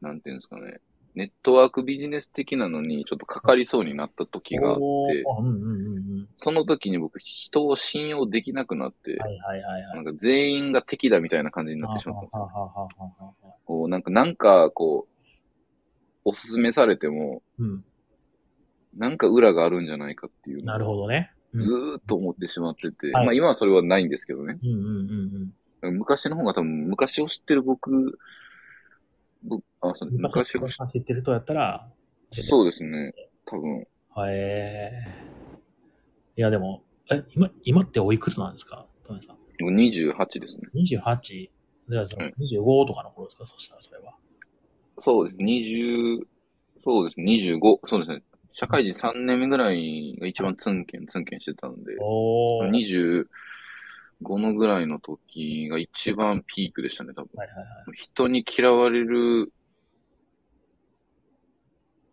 なんていうんですかね、ネットワークビジネス的なのにちょっとかかりそうになった時があっ
お
て、
ーうんうんうんうん。
その時に僕人を信用できなくなって、
はいはいはいはい。
なんか全員が敵だみたいな感じになってしまったんですよ
はあはあはあはあはあはあ
こう、なんか、なんか、こう、おすすめされても、
うん。
なんか裏があるんじゃないかっていうのを
なるほどね。うん
ずーっと思ってしまってて、
はい
まあ今はそれはないんですけどね。
うんうんうん
昔の方が多分、昔を知ってる僕、僕あそう
うん。
昔を知っ
知ってる人やったら、
てそうですね。多分、
へえ。いや、でも、え、今、今っておいくつなんですかトメさん。
28ですね。
28? ではその
うん
25とかの頃ですか、そしたらそれは。
そうです。20、そうですね。25、そうですね。社会人3年目ぐらいが一番ツンケン、ツンケンしてたので、
おー。はい
25のぐらいの時が一番ピークでしたね、多分。
はいはい。
人に嫌われる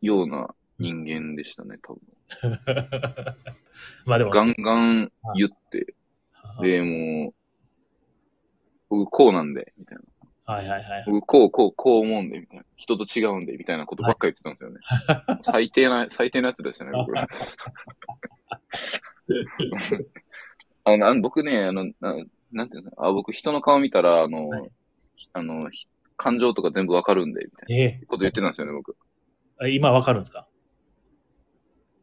ような人間でしたね、多分。
まあでも、
ガンガン言って、で、もう、僕こうなんで、みたいな。
はいはいはい。
僕こう、こう、こう思うんで、みたいな。人と違うんで、みたいなことばっかり言ってたんですよね。最低な、最低なやつでしたね、 僕ら。あの、あの僕ね、あの、ななんていうのあ、僕人の顔見たら、あの、
はい
あの、感情とか全部わかるんで、みたいな
え
こと言ってたんですよね、僕。
え今わかるんですか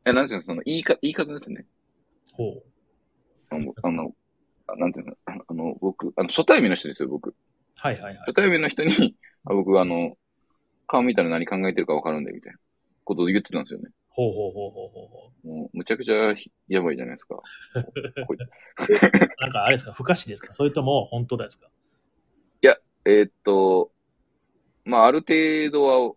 え、なんていうの、その、言いか、言い方ですね。
ほう。
あの、あの、あなんていうの、あのあの、僕、あの、初対面の人ですよ、僕。
はいはいはい
初。対面の人に、 あ僕、あの、顔見たら何考えてるかわかるんで、みたいなことを言ってたんですよね。
ほうほうほうほうほうほ。
もう、むちゃくちゃひやばいじゃないですか。こいう
なんかあれですか不可視ですかそれとも本当ですか
えーっと、まあ、ある程度は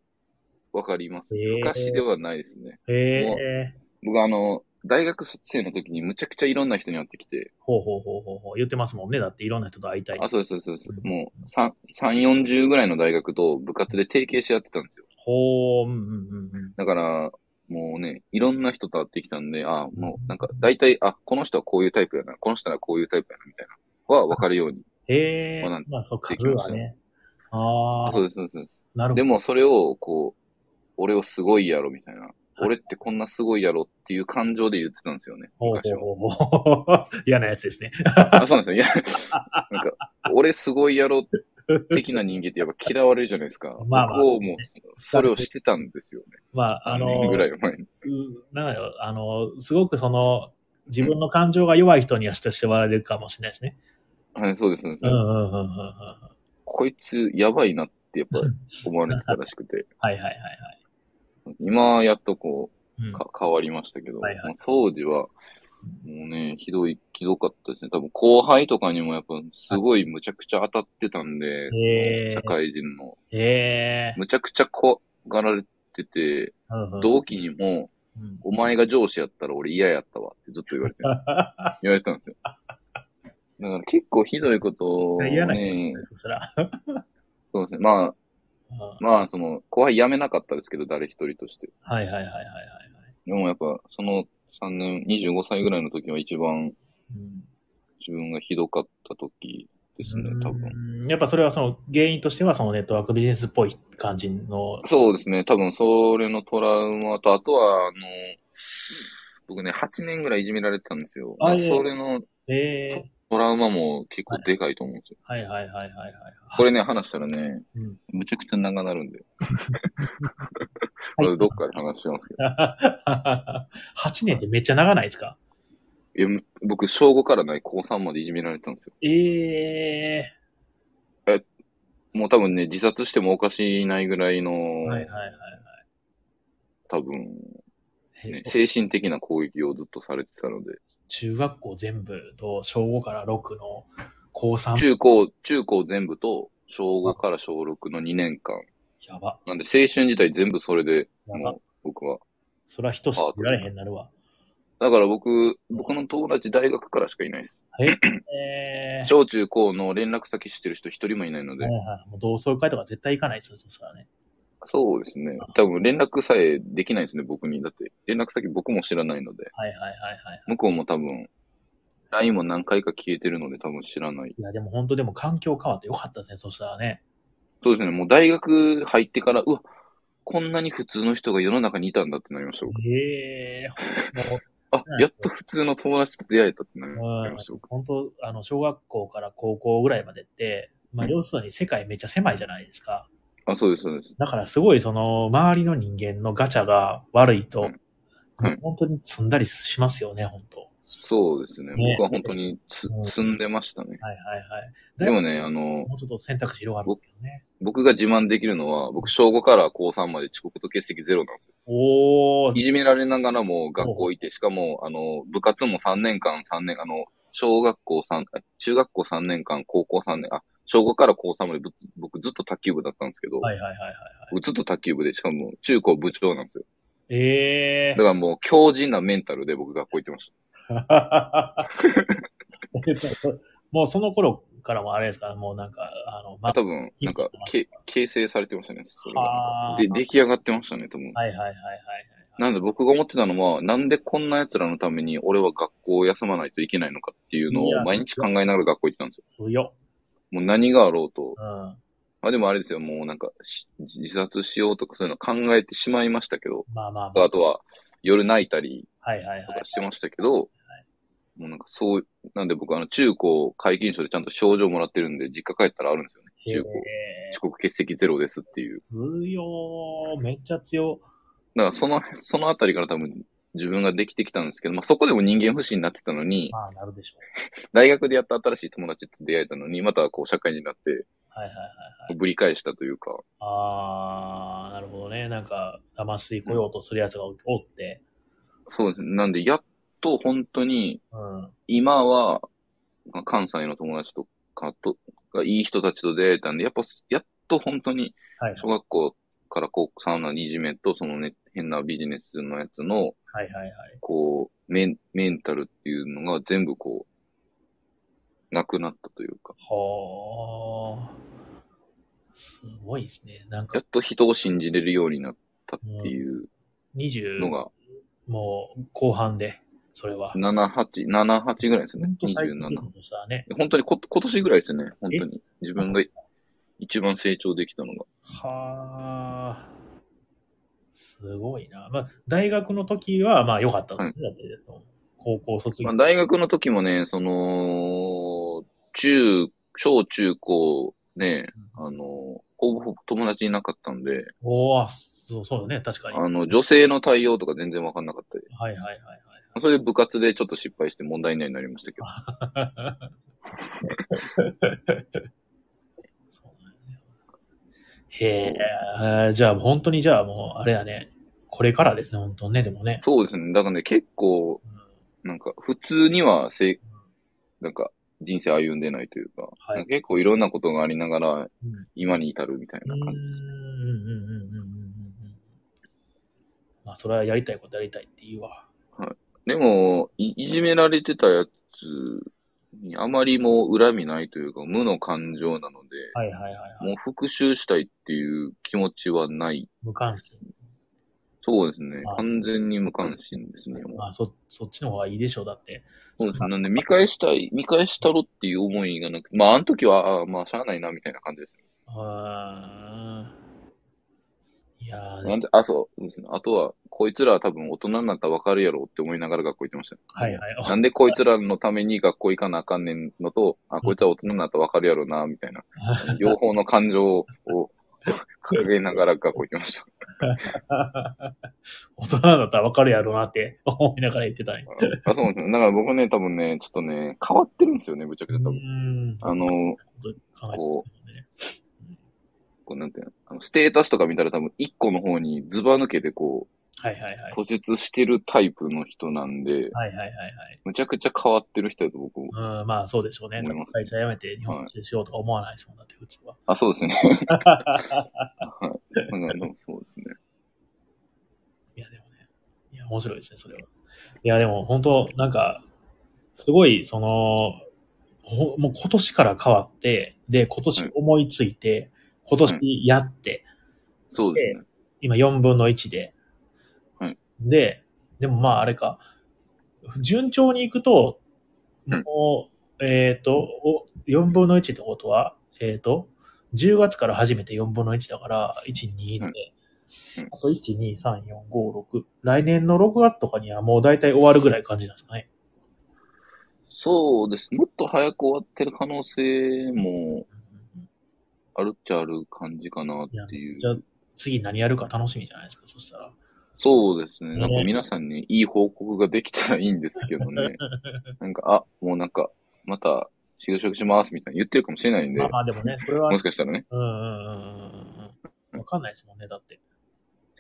わかります。
へー
昔ではないですね。
へ
もう
え。
僕、あの、大学生の時にむちゃくちゃいろんな人に会ってきて、
ほうほうほうほうほう。言ってますもんね。だっていろんな人と会いたい。
あ、そうです、そうです、そうです。
うん
もう、3、3 40ぐらいの大学と部活で提携し合ってたんですよ。
ほう、うんうんうんうん。
だから、もうね、いろんな人と会ってきたんで、あもうなんか、大体、あ、この人はこういうタイプやな、この人はこういうタイプやな、みたいな、は分かるように。
へえ
まあなん。
まあそう、数はね。あ
あ、
あ
そう、です、そうですそうで
なるほ
す。
ど
で。も、それを、こう、俺をすごいやろ、みたいな。俺ってこんなすごいやろっていう感情で言ってたんですよね。
ほう
昔は。
ほうほうほう。 嫌なやつですね。
あ、そうなんですよ。いや、なんか、俺すごいやろ的な人間ってやっぱ嫌われるじゃないですか。
まあまあ
僕をもう、それをしてたんですよね。
まあ、あの
何年ぐらい前に。
うんなんだろう、あの、すごくその、自分の感情が弱い人には親しまれるかもしれないですね。
はい、そうです、そうです
うんうんうんうんうん。は
こいつやばいなってやっぱ思われてたらしくて、
いはいはいはい。
今やっとこ
うん
う、か変わりましたけど、
はいはい
まあ当時は、もうね、ひどい、ひどかったですね。多分後輩とかにもやっぱすごいむちゃくちゃ当たってたんで、
へー
社会人の、
ええ
むちゃくちゃ怖がられてて、
うんうん
同期にも、
うん
お前が上司やったら俺嫌やったわってずっと言わ れて、言われてたんですよ。だから結構ひどいことを、ね、
嫌な人ですね、そしたら。
そうですね。まあ、
うん
まあ、その、後輩辞めなかったですけど、誰一人として。
はいはいはいはいはいはい。
でもやっぱ、その3年、25歳ぐらいの時は一番
うん
自分がひどかった時ですね、多分。
うんやっぱそれはその原因としてはそのネットワークビジネスっぽい感じの。
そうですね、多分それのトラウマと、あとは、あの、僕ね、8年ぐらいいじめられてたんですよ。
あいえ
それの
ええ
トラウマも結構でかいと思うんですよ。
はいはいはいはいはい。
これね、話したらね、
うん
むちゃくちゃ長なるんで、
はい
これどっかで話しますけど。
8年ってめっちゃ長ないですか
いやむ僕、小5からない高3までいじめられてたんですよ。
ええ
もう多分ね、自殺してもおかしいないぐらいの、
はいはいはいはい。
多分、ね
え、
精神的な攻撃をずっとされてたので、
中学校全部と小5から6の高3。
中高、中高全部と、小5から小6の2年間。
やば。
なんで、青春時代全部それで、
やば。
もう、僕は。
そら人しか見られへんなるわ。
だから僕、僕の友達大学からしかいないです。
ええー。
小中高の連絡先知ってる人一人もいないので
はい、はい。もう同窓会とか絶対行かないですよ、そしたらね。
そうですね。多分連絡さえできないですね、僕に。だって、連絡先僕も知らないので、
はいはいはいはい。
向こうも多分、LINE も何回か消えてるので多分知らない。
いや、でも本当でも環境変わってよかったですね、そしたらね。
そうですね、もう大学入ってから、うわ、こんなに普通の人が世の中にいたんだってなりました、僕。
ええー。もう
あ
は、い
やっと普通の友達と出会えたってなりました、僕。
本当、あの、小学校から高校ぐらいまでって、まあ、
うん
要するに世界めっちゃ狭いじゃないですか。
あ、そうです、そうです。
だからすごい、その、周りの人間のガチャが悪いと、
うんうん
本当に積んだりしますよね、本当。
そうですね。
ね
僕は本当につ
うん
積んでましたね。
はいはいはい。
でもね、あの、
もうちょっと選択肢広がるけどね。
僕が自慢できるのは、僕、小5から高3まで遅刻と欠席ゼロなんですよ。
おー
い、じめられながらも学校行って、しかも、あの、部活も3年間、3年、あの、小学校3、あ中学校3年間、高校3年、あ、小5から高3までぶ僕ずっと卓球部だったんですけど、
はいはいはいはいはい。
僕ずっと卓球部で、しかも中高部長なんですよ。
え
だからもう強靭なメンタルで僕学校行ってました。
ー。もうその頃からもあれですから、もうなんか、あの、ま
多分、なんか、け形成されてましたね。それ
あ
がで
ー
出来上がってましたね、と思う。
はいはいはいはいはい。
なんで僕が思ってたのは、なんでこんな奴らのために俺は学校を休まないといけないのかっていうの
いや
を毎日考えながら学校行ってたんですよ。
強っ。
もう何があろうと。
うん。
まあでもあれですよ、もうなんかし自殺しようとかそういうの考えてしまいましたけど、
まあまあまあ
あ。とは夜泣いたり
はいはいはい
と。かしてましたけど、もうなんかそう、なんで僕あの中高皆勤賞でちゃんと賞状もらってるんで、実家帰ったらあるんですよね。中高。
へ
遅刻欠席ゼロですっていう
ー。強めっちゃ強。
だからその、そのあたりから多分自分ができてきたんですけど、まあそこでも人間不信になってたのに、
まあなるでしょう。
大学でやった新しい友達と出会えたのに、またこう社会になって、
はいはいはいはい。
ぶり返したというか、
あー、なるほどね。なんか、騙してこようとするやつがおおって。
そうですね。なんで、やっと本当に、
うん。
今は、まあ関西の友達とかと、がいい人たちと出会えたんで、やっぱ、やっと本当に、
はい。
小学校から高校3のいじめと、そのね、変なビジネスのやつの、
はいはいはい。
こう、メン、メンタルっていうのが全部こう、なくなったというか、
はー。すごいですね。なん
や
か
っ、と人を信じれるようになったっていうの
20、
が、
もう後半で、それは。
7、8、7、8ぐらいですよね
本。当最近です
27。
ね、そしたらね。
本当にこ、今年ぐらいですよね。本当に。自分が一番成長できたのが。
はあ。すごいな。まあ、大学の時は、まあ、良かったんですね。だって、高校卒業。
まあ、大学の時もね、その、中、小中高、ね、あの、ほぼほぼ友達いなかったんで、
おおそう、そうだね。確かに。はい
あの、女性の対応とか全然わかんなかったり。
はいはい
それで部活でちょっと失敗して問題になりましたけど。
はい。そうなんだよへえ、じゃあ本当にじゃあもう、あれやね。これからですね、本当にね、でもね。
そうですね。だからね、結構、
うん
なんか、普通にはせ、なんか、人生歩んでないというか、
はい
なんか結構いろんなことがありながら
うん、
今に至るみたいうなん
うんうん
感じです。
うんうんうんうんうん。まあ、それはやりたいことやりたいって言うわ。
でもい、いじめられてたやつにあまりもう恨みないというか、無の感情なので、
はいはいはいはい。
もう復讐したいっていう気持ちはない。
無関心。
そうですね
あ。
完全に無関心ですね。もう
まあ、そ、そっちの方がいいでしょう、だって。
そうですね。なんで、見返したい、見返したろっていう思いがなく、まあ、あの時は、ああまあ、しゃあないな、みたいな感じです。
あーいやー、
なんで、あ、そうそうですね。あとは、こいつらは多分大人になったらわかるやろうって思いながら学校行ってましたね。
はいはい。
なんでこいつらのために学校行かなあかんねんのと、あ、こいつは大人になったらわかるやろうな、みたい な。両方の感情を 掲げながら学校行き ました。
大人だったらわかるやろうなって 思いながら言ってたね。
あ、そうですね。だから僕ね、多分ね、ちょっとね、変わってるんですよね、ぶっちゃけ
う
て多分。
ん。
あの、
考えて
こう、
るね。
こうなんていうの、あのステータスとか見たら多分一個の方にズバ抜けてこう、
はいはいはい。
突出してるタイプの人なんで、
はいはいはい
むちゃくちゃ変わってる人だと僕も。
はい。うん、まあそうでしょうね。
思います
会社辞めて日本一周しようとか思わないですもん、だって普通は。
あ、そう ですね。はい。なんかでもそうですね。
いやでもね、いや面白いですね、それは。いやでも本当、なんか、すごい、その、ほもう今年から変わって、で、今年思いついて、今年やって、
そうですね。
今4分の1で。
うん
で、でもまああれか、順調にいくと、
うん
もう、えっ、と、お4分の1ってことは、えっ、と、10月から始めて4分の1だから、1、2で、
うんう
あ
ん
と1、2、3、4、5、6。来年の6月とかにはもう大体終わるぐらい感じなんですかね。
そうです。もっと早く終わってる可能性もあるっちゃある感じかなっ
いや
てい
じゃあ
う。
次何やるか楽しみじゃないですか、そしたら。
そうですね。
ね
なんか皆さんにいい報告ができたらいいんですけ どね。なんか、あ、もうなんか、また就職しますみたいな言ってるかもしれない んで
まあ、まあでもね、それは
も、しかしたらね。
うんうんうんうんうん。わかんないですもんね、だって。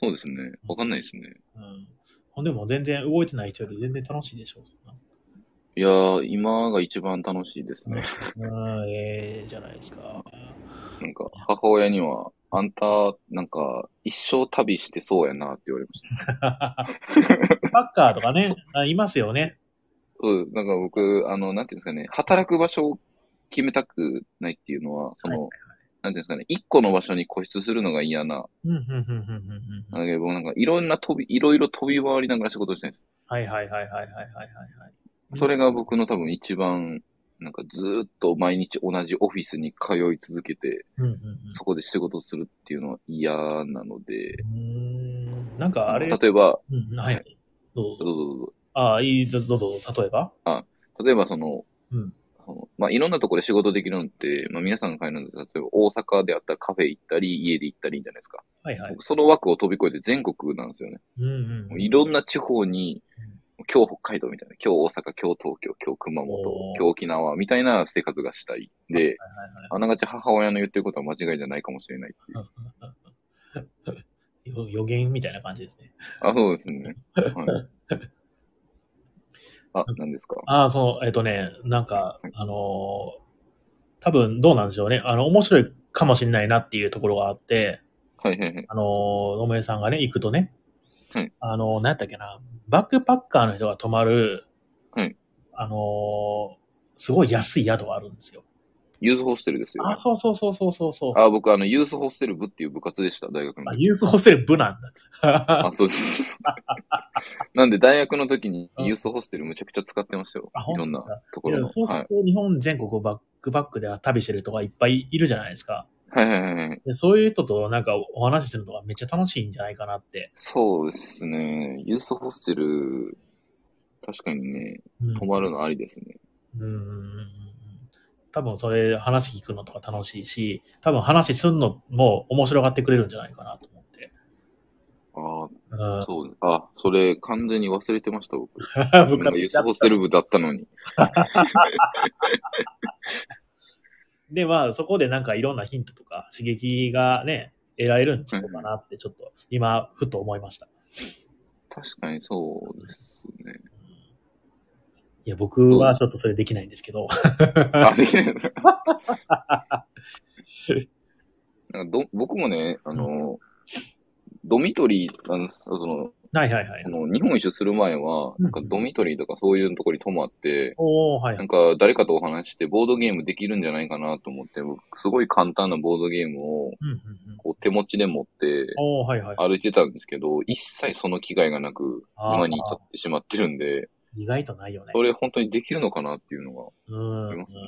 そうですね。わかんないですね。
うん。ほんでも全然動いてない人より全然楽しいでしょう。
いやー、今が一番楽しいですね。
うん、ええじゃないですか。
なんか、母親には、あんた、なんか、一生旅してそうやなって言われました。
バッカーとかね、あいますよね。
そう、なんか僕、あの、なんていうんですかね、働く場所を決めたくないっていうのは、その、なんていうんですかね、一個の場所に固執するのが嫌な。
うん、うん、うん、うん、うんうん。
なので、僕なんか、いろんな飛び、いろいろ飛び回りながら仕事をしてるんで
はいはいはいはいはいはいはいはい。
す。それが僕の多分一番、なんかずーっと毎日同じオフィスに通い続けて、
うん、うん、
そこで仕事をするっていうのは嫌なので、
うん。うーんなんかあれ、
例えば、
うん、はい。どうぞ。
どうぞどうぞ、
ああ、いい、どうぞ、どうぞ例えば
例えばその、
うん
そのまあ、いろんなところで仕事できるのって、まあ、皆さんの会なんで、例えば大阪であったらカフェ行ったり、家で行ったりじゃないですか。
はいはい。
僕その枠を飛び越えて全国なんですよね。
うん、うん
も
う。
うんいろんな地方に、今日北海道みたいな、今日大阪、今日東京、今日熊本
おー、
今日沖縄みたいな生活がしたい。で、
はいはいはい
あながち母親の言ってることは間違いじゃないかもしれないっていう。
よ予言みたいな感じですね。
あ、そうですね。 はい、あ、何ですか
ああ、その、えっ、とね、なんか、あのー多分どうなんでしょうね。あの、面白いかもしれないなっていうところがあって、
はいはいはい。
あのー、野村さんがね、行くとね、
はい
あのー、何やったっけな、バックパッカーの人が泊まる、
はい
あのーすごい安い宿があるんですよ。
ユースホステルですよ、ね
あ、。そうそうそうそうそうそう。
あ、僕、あの、ユースホステル部っていう部活でした、大学の
あ
時。
ユースホステル部なんだ。
あ、そうです。 なんで、大学の時に
うん
ユースホステルむちゃくちゃ使ってましたよ
あ。ほん
い
とだ
ろんなとこ
い
ろ
や
の。
そうす
は
る
い。
と日本全国をバックパックで旅してる人がいっぱいいるじゃないですか。
はいはいはいはい。
でそういう人となんかお話しするのがめっちゃ楽しいんじゃないかなって。
そうですね。ユースホステル、確かにね、
うん
泊まるのありですね。
うんうんうんうん多分それ話聞くのとか楽しいし、多分話すんのも面白がってくれるんじゃないかなと思って。
あ
うん、
あ、そうです。あ、それ完全に忘れてました、僕。
部
なんか
活
ユー
や
ス
っ
ホステル部だったのに。
で、まあそこでなんかいろんなヒントとか刺激がね、得られるんちゃうかなってちょっと今、ふと思いました。
確かにそうです ね。
いや、僕はちょっとそれできないんですけど。
あ、できない。なんかど僕もね、あの、ドミトリー、あの、その、
はいはいはい
あ。の、日本一周する前は、
うん
なんかドミトリーとかそういうところに泊まって、
おー、はい
な。んか誰かとお話ししてボードゲームできるんじゃないかなと思って、僕すごい簡単なボードゲーム
う
を
んうんうん、
こう手持ちで持って
おー、はいはい。
歩いてたんですけど、一切その機会がなく、
あー
今に至ってしまってるんで、
意外とないよね。
それ本当にできるのかなっていうのが、
うん
ありますね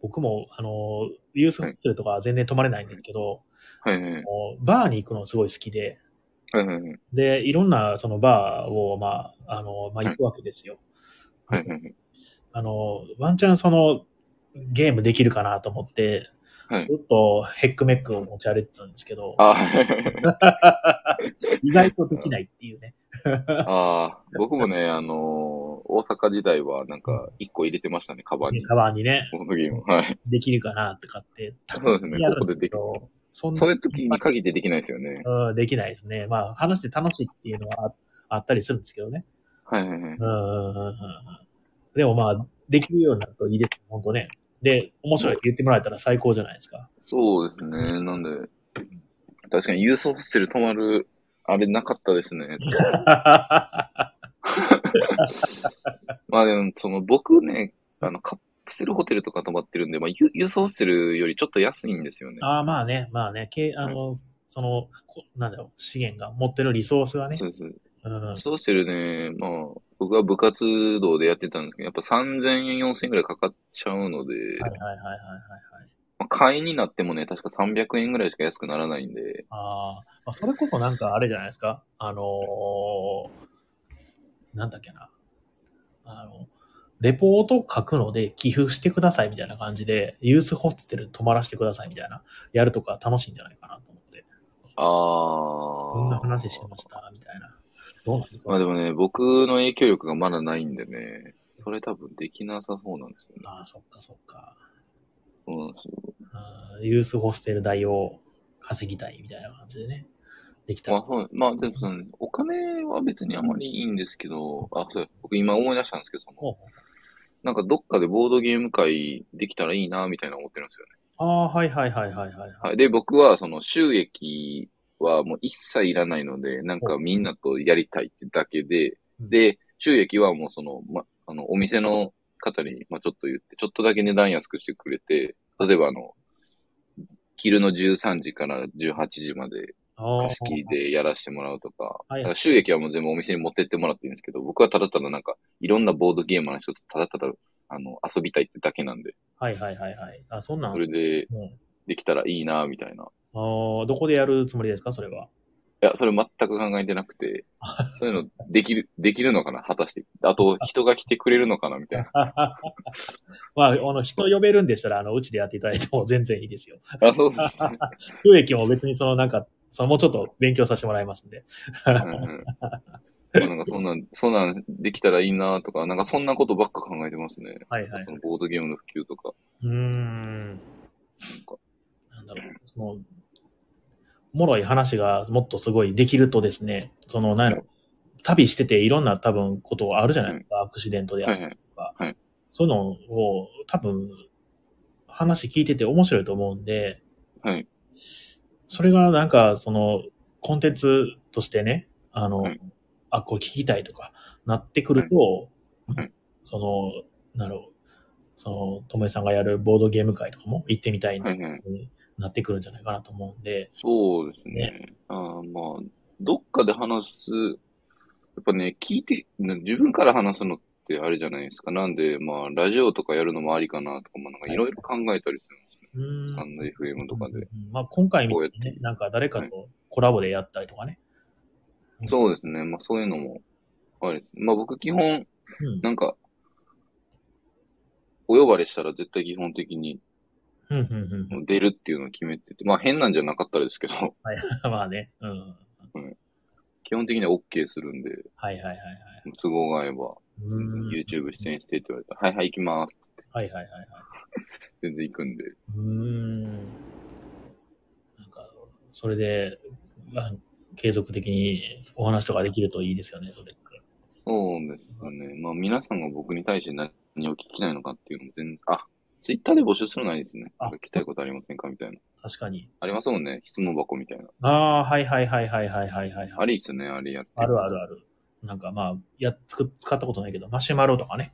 僕も、あの、ユースホステルとかは全然泊まれないんですけど、
はいはいはい
もうバーに行くのすごい好きで、
はいはいはい
で、いろんなそのバーを、まあ、あの、まあ、
はい
行くわけですよ。
はいはい
あの、ワンチャンその、ゲームできるかなと思って、
はい
ずっとヘックメックを持ち歩いてたんですけど、
あー
意外とできないっていうね。
あー、僕もね、あのー大阪時代はなんか一個入れてましたね、カバンに。
カバンにね、
ボードゲーム。はい。
できるかなとかって、
そうですね
やるんだけ
こ
どそん
そういう時に限ってできないですよね。
うん、できないですね。まあ、話して楽しいっていうのはああったりするんですけどね。
はいはいはい。
うんうんうんうん。でもまあ、できるようになるといいですね、本当ね。で、面白いって言ってもらえたら最高じゃないですか。
そうですね。なんで、確かにユースホステル泊まる、あれなかったです ね。まあでも、その僕ね、あの、カプセルホテルとか泊まってるんで、まあ、ユユースホステルよりちょっと安いんですよね。
ああ、まあね、まあね、けあの、その、こなんだろう、資源が持ってるリソースがね。
そうです。ユ
うん
ー。スホステルね、まあ、僕は部活動でやってたんですけど、やっぱ3000円、4000円くらいかかっちゃうので、
はいはいはいはいはいはい。
まあ、会員になってもね、確か300円ぐらいしか安くならないんで、
あー、まあ、それこそなんかあれじゃないですか。あのーなんだっけな。あの、レポート書くので寄付してくださいみたいな感じで、ユースホステル泊まらせてくださいみたいな、やるとか楽しいんじゃないかなと思って。
ああ。
こんな話してました、みたいな。どうなんですか
まあでもね、僕の影響力がまだないんでね、それ多分できなさそうなんですよね。
ああ、そっかそっか。
そうなんですよ
あーユースホステル代を稼ぎたいみたいな感じでね。できた
まあ
ら。
そう、まあでもその、お金は別にあまりいいんですけど、あ、そうや、僕今思い出したんですけど、その、
おう
なんかどっかでボードゲーム会できたらいいな、みたいな思ってるんですよね。
ああ、はいはいはいはいはい。
はい。で、僕はその収益はもう一切いらないので、なんかみんなとやりたいってだけで、
うん、
で、収益はもうその、ま、あの、お店の方に、まあ、ちょっと言って、ちょっとだけ値段安くしてくれて、例えばあの、昼の13時から18時まで
あー
貸し切りでやらせてもらうとか、
はい
だから収益はもう全部お店に持ってってもらっていいんですけど、僕はただただなんか、いろんなボードゲーマーの人とただただ、あの、遊びたいってだけなんで、
はいはいはいはい。あ、そんなん。
それで
うん
できたらいいな、みたいな。
あーどこでやるつもりですかそれは。
いや、それ全く考えてなくて、そういうのできる、できるのかな果たして。あと、人が来てくれるのかなみたいな。
まあ、あの、人呼べるんでしたら、あの、うちでやっていただいても全然いいですよ。
あ、そうですね。
収益も別にそのなんか、そのもうちょっと勉強させてもらいますんで。
うんうんなんかそんなん、そんなんできたらいいなとか、なんかそんなことばっか考えてますね。
はいはい
そ。のボードゲームの普及とか。
うーん。なんだろう。その、もろい話がもっとすごいできるとですね、その、なんやろ、旅してていろんな多分ことあるじゃないですか、アクシデントであ
は
る
いはい。
そういうのを多分話聞いてて面白いと思うんで、
はい。
それがなんかそのコンテンツとしてね、あの、
はい
あ、こう聞きたいとかなってくると、
いはい
その、なるその、ともえさんがやるボードゲーム会とかも行ってみたい
は
ない
はい。
なってくるんじゃないかなと思うんで、
そうですね。あーまあ、どっかで話す、やっぱね、聞いて、な自分から話すのってあれじゃないですか。なんで、まあ、ラジオとかやるのもありかなとか、まあ、なんかいろいろ考えたりするん
うーん
ですよ。スタンド FM とかで。
うんまあ今回みたいに
こうや
ね、なんか誰かとコラボでやったりとかね。
そうですね。まあ、そういうのも、あれです。まあ、僕基本、
うん
なんか、お呼ばれしたら絶対基本的に
うんうんうん。
出るっていうのを決めてて、まあ変なんじゃなかったらですけど、
はい、 まあね。うん。
基本的には OK するんで、
はいはいはいはい。
都合が合えば、
うーん
YouTube 出演してって言われたら、はいはい行きますって
はいはいはいはい。
全然行くんで、
うーん。なんか、それで、まあ、継続的にお話とかできるといいですよね、それ。
そうですね。まあ皆さんが僕に対して何を聞きたいのかっていうのも全然、あ、Twitter で募集するのないですね。
あ
なんか聞きたいことありませんかみたいな。
確かに。
ありますもんね。質問箱みたいな。
ああ、はいはいはいはいはいはいはい。
ありですね、あれやって。
あるあるある。なんかまあ、やつく使ったことないけど、マシュマロとかね。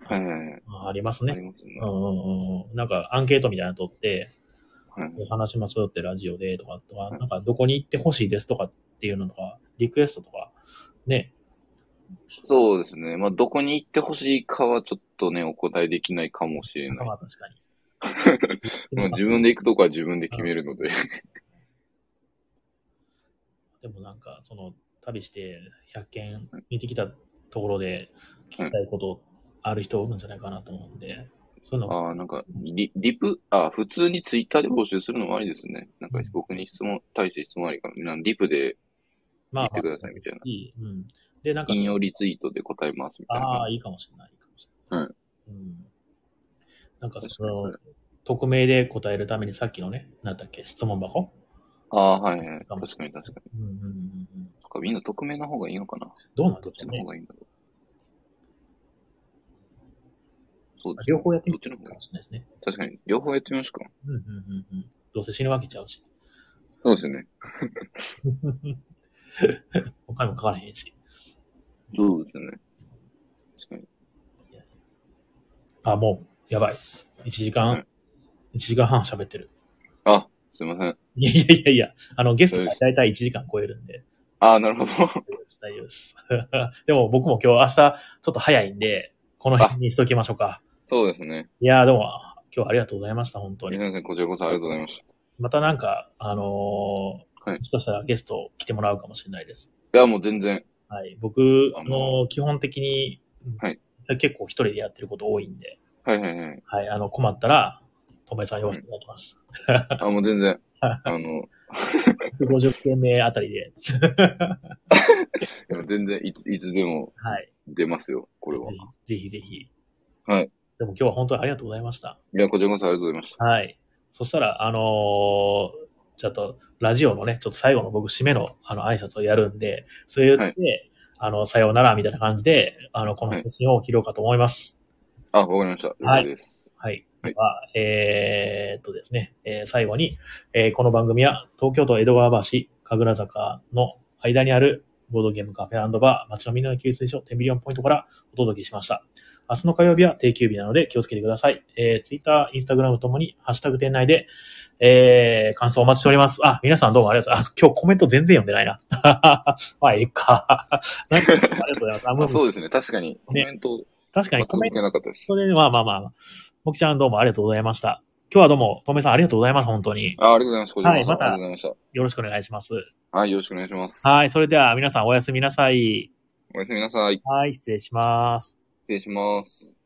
はいはいはい。
ああります
あり
ね。
ますね
うん。うんうんうん。なんかアンケートみたいなの取って、
はい
こう話しますってラジオでとか、とか
うん
なんかどこに行ってほしいですとかっていうのとか、リクエストとか、ね。
そうですね。まあ、どこに行ってほしいかはちょっとね、お答えできないかもしれない。
まあ確かに。
まあ、自分で行くとこは自分で決めるので。
でもなんか、その、旅して100件見てきたところで聞きたいことある人多いんじゃないかなと思うんで、そういうの
ああ、なんか、リリプ、あ普通にツイッターで募集するのもありですね。なんか、僕に質問、対して質問ありかな。リプで
まあ、
言ってくださいみたいな
うん。で、なんか、
引用リツイートで答えますみたいな。
ああ、いいかもしれない。いいかもしれない。うん。なんか、その、
確
匿名で答えるためにさっきのね、なんだっけ、質問箱
ああ、はいはい。確かに確かに。
うんうんうんうん。
とかみんな匿名の方がいいのかな
どうなんで
どっ
す
ち
か
の方
ね。
がいいんだろう。そうです
両方やって
ど
み
っち
る
の
の
方
か
が
もしれないですね。
確かに、両方やってみますか。
うんうんうんうん。どうせ死ぬわけちゃうし。
そうですよね。
お金もかからへんし。
そうですよね。
あ、もう、やばい。1時間、
はい
1時間半喋ってる。
あ、すいません。
いやいやいやいや、あの、ゲストが大体1時間超えるんで、
ああ、なるほど。
大丈夫です。大丈夫です。 でも僕も今日明日ちょっと早いんで、この辺にしときましょうか。
そうですね。
いやーでも、今日はありがとうございました、本当
い
に
や。先生、こちらこそありがとうございまし
またなんか、あのー、も
はい
しかしたらゲスト来てもらうかもしれないです。
た。いや、もう全然。
はい。僕、
あ
あ
の
のー基本的に、
はい
結構一人でやってること多いんで、
はいはいはい。
はい。あの、困ったら、とめさん呼ばせていただきます。
あ、もう 全然。あの、
150件目あたりで、
いや全然いつ、いつでも
はい。
出ますよ、これは。い
ぜひぜひぜひ。
はい。
でも今日は本当にありがとうございました。
や、こちらこそありがとうございました。
はい。そしたら、あのーちょっと、ラジオのね、ちょっと最後の僕、締めの、あの、挨拶をやるんで、それ言って、あの、さようなら、みたいな感じで、あの、この
はい
配信を切ろうかと思います。
あ、わかりました。了解です。
はい。
はい
ではえーっとですね、えー最後に、えーこの番組は東京都江戸川橋、神楽坂の間にあるボードゲームカフェバー、街のみんなの給水所、テンビリオンポイントからお届けしました。明日の火曜日は定休日なので気をつけてください。えー、ツイッター、インスタグラムともに、ハッシュタグ店内で、えー、感想お待ちしております。あ、皆さんどうもありがとうございます。あ今日コメント全然読んでないな。 まあ、ええか。 なんかありがとうございます。あも
あ、
う
そうですね。確かに、コメント、
確か
全
にコ
く
メン
受
ト
けなかったです。
それで、まあまあまあ、もきちゃんどうもありがとうございました。今日はどうも、とめさんありがとうございます、本当に。
あ、ありがとうございます。こちらこそ、
はいまた
ありがとうございまし
よろしくお願いします。
た。はい、よろしくお願いします。
はい、それでは皆さんおやすみなさい。
おやすみなさい。
はい、失礼します。
失礼します。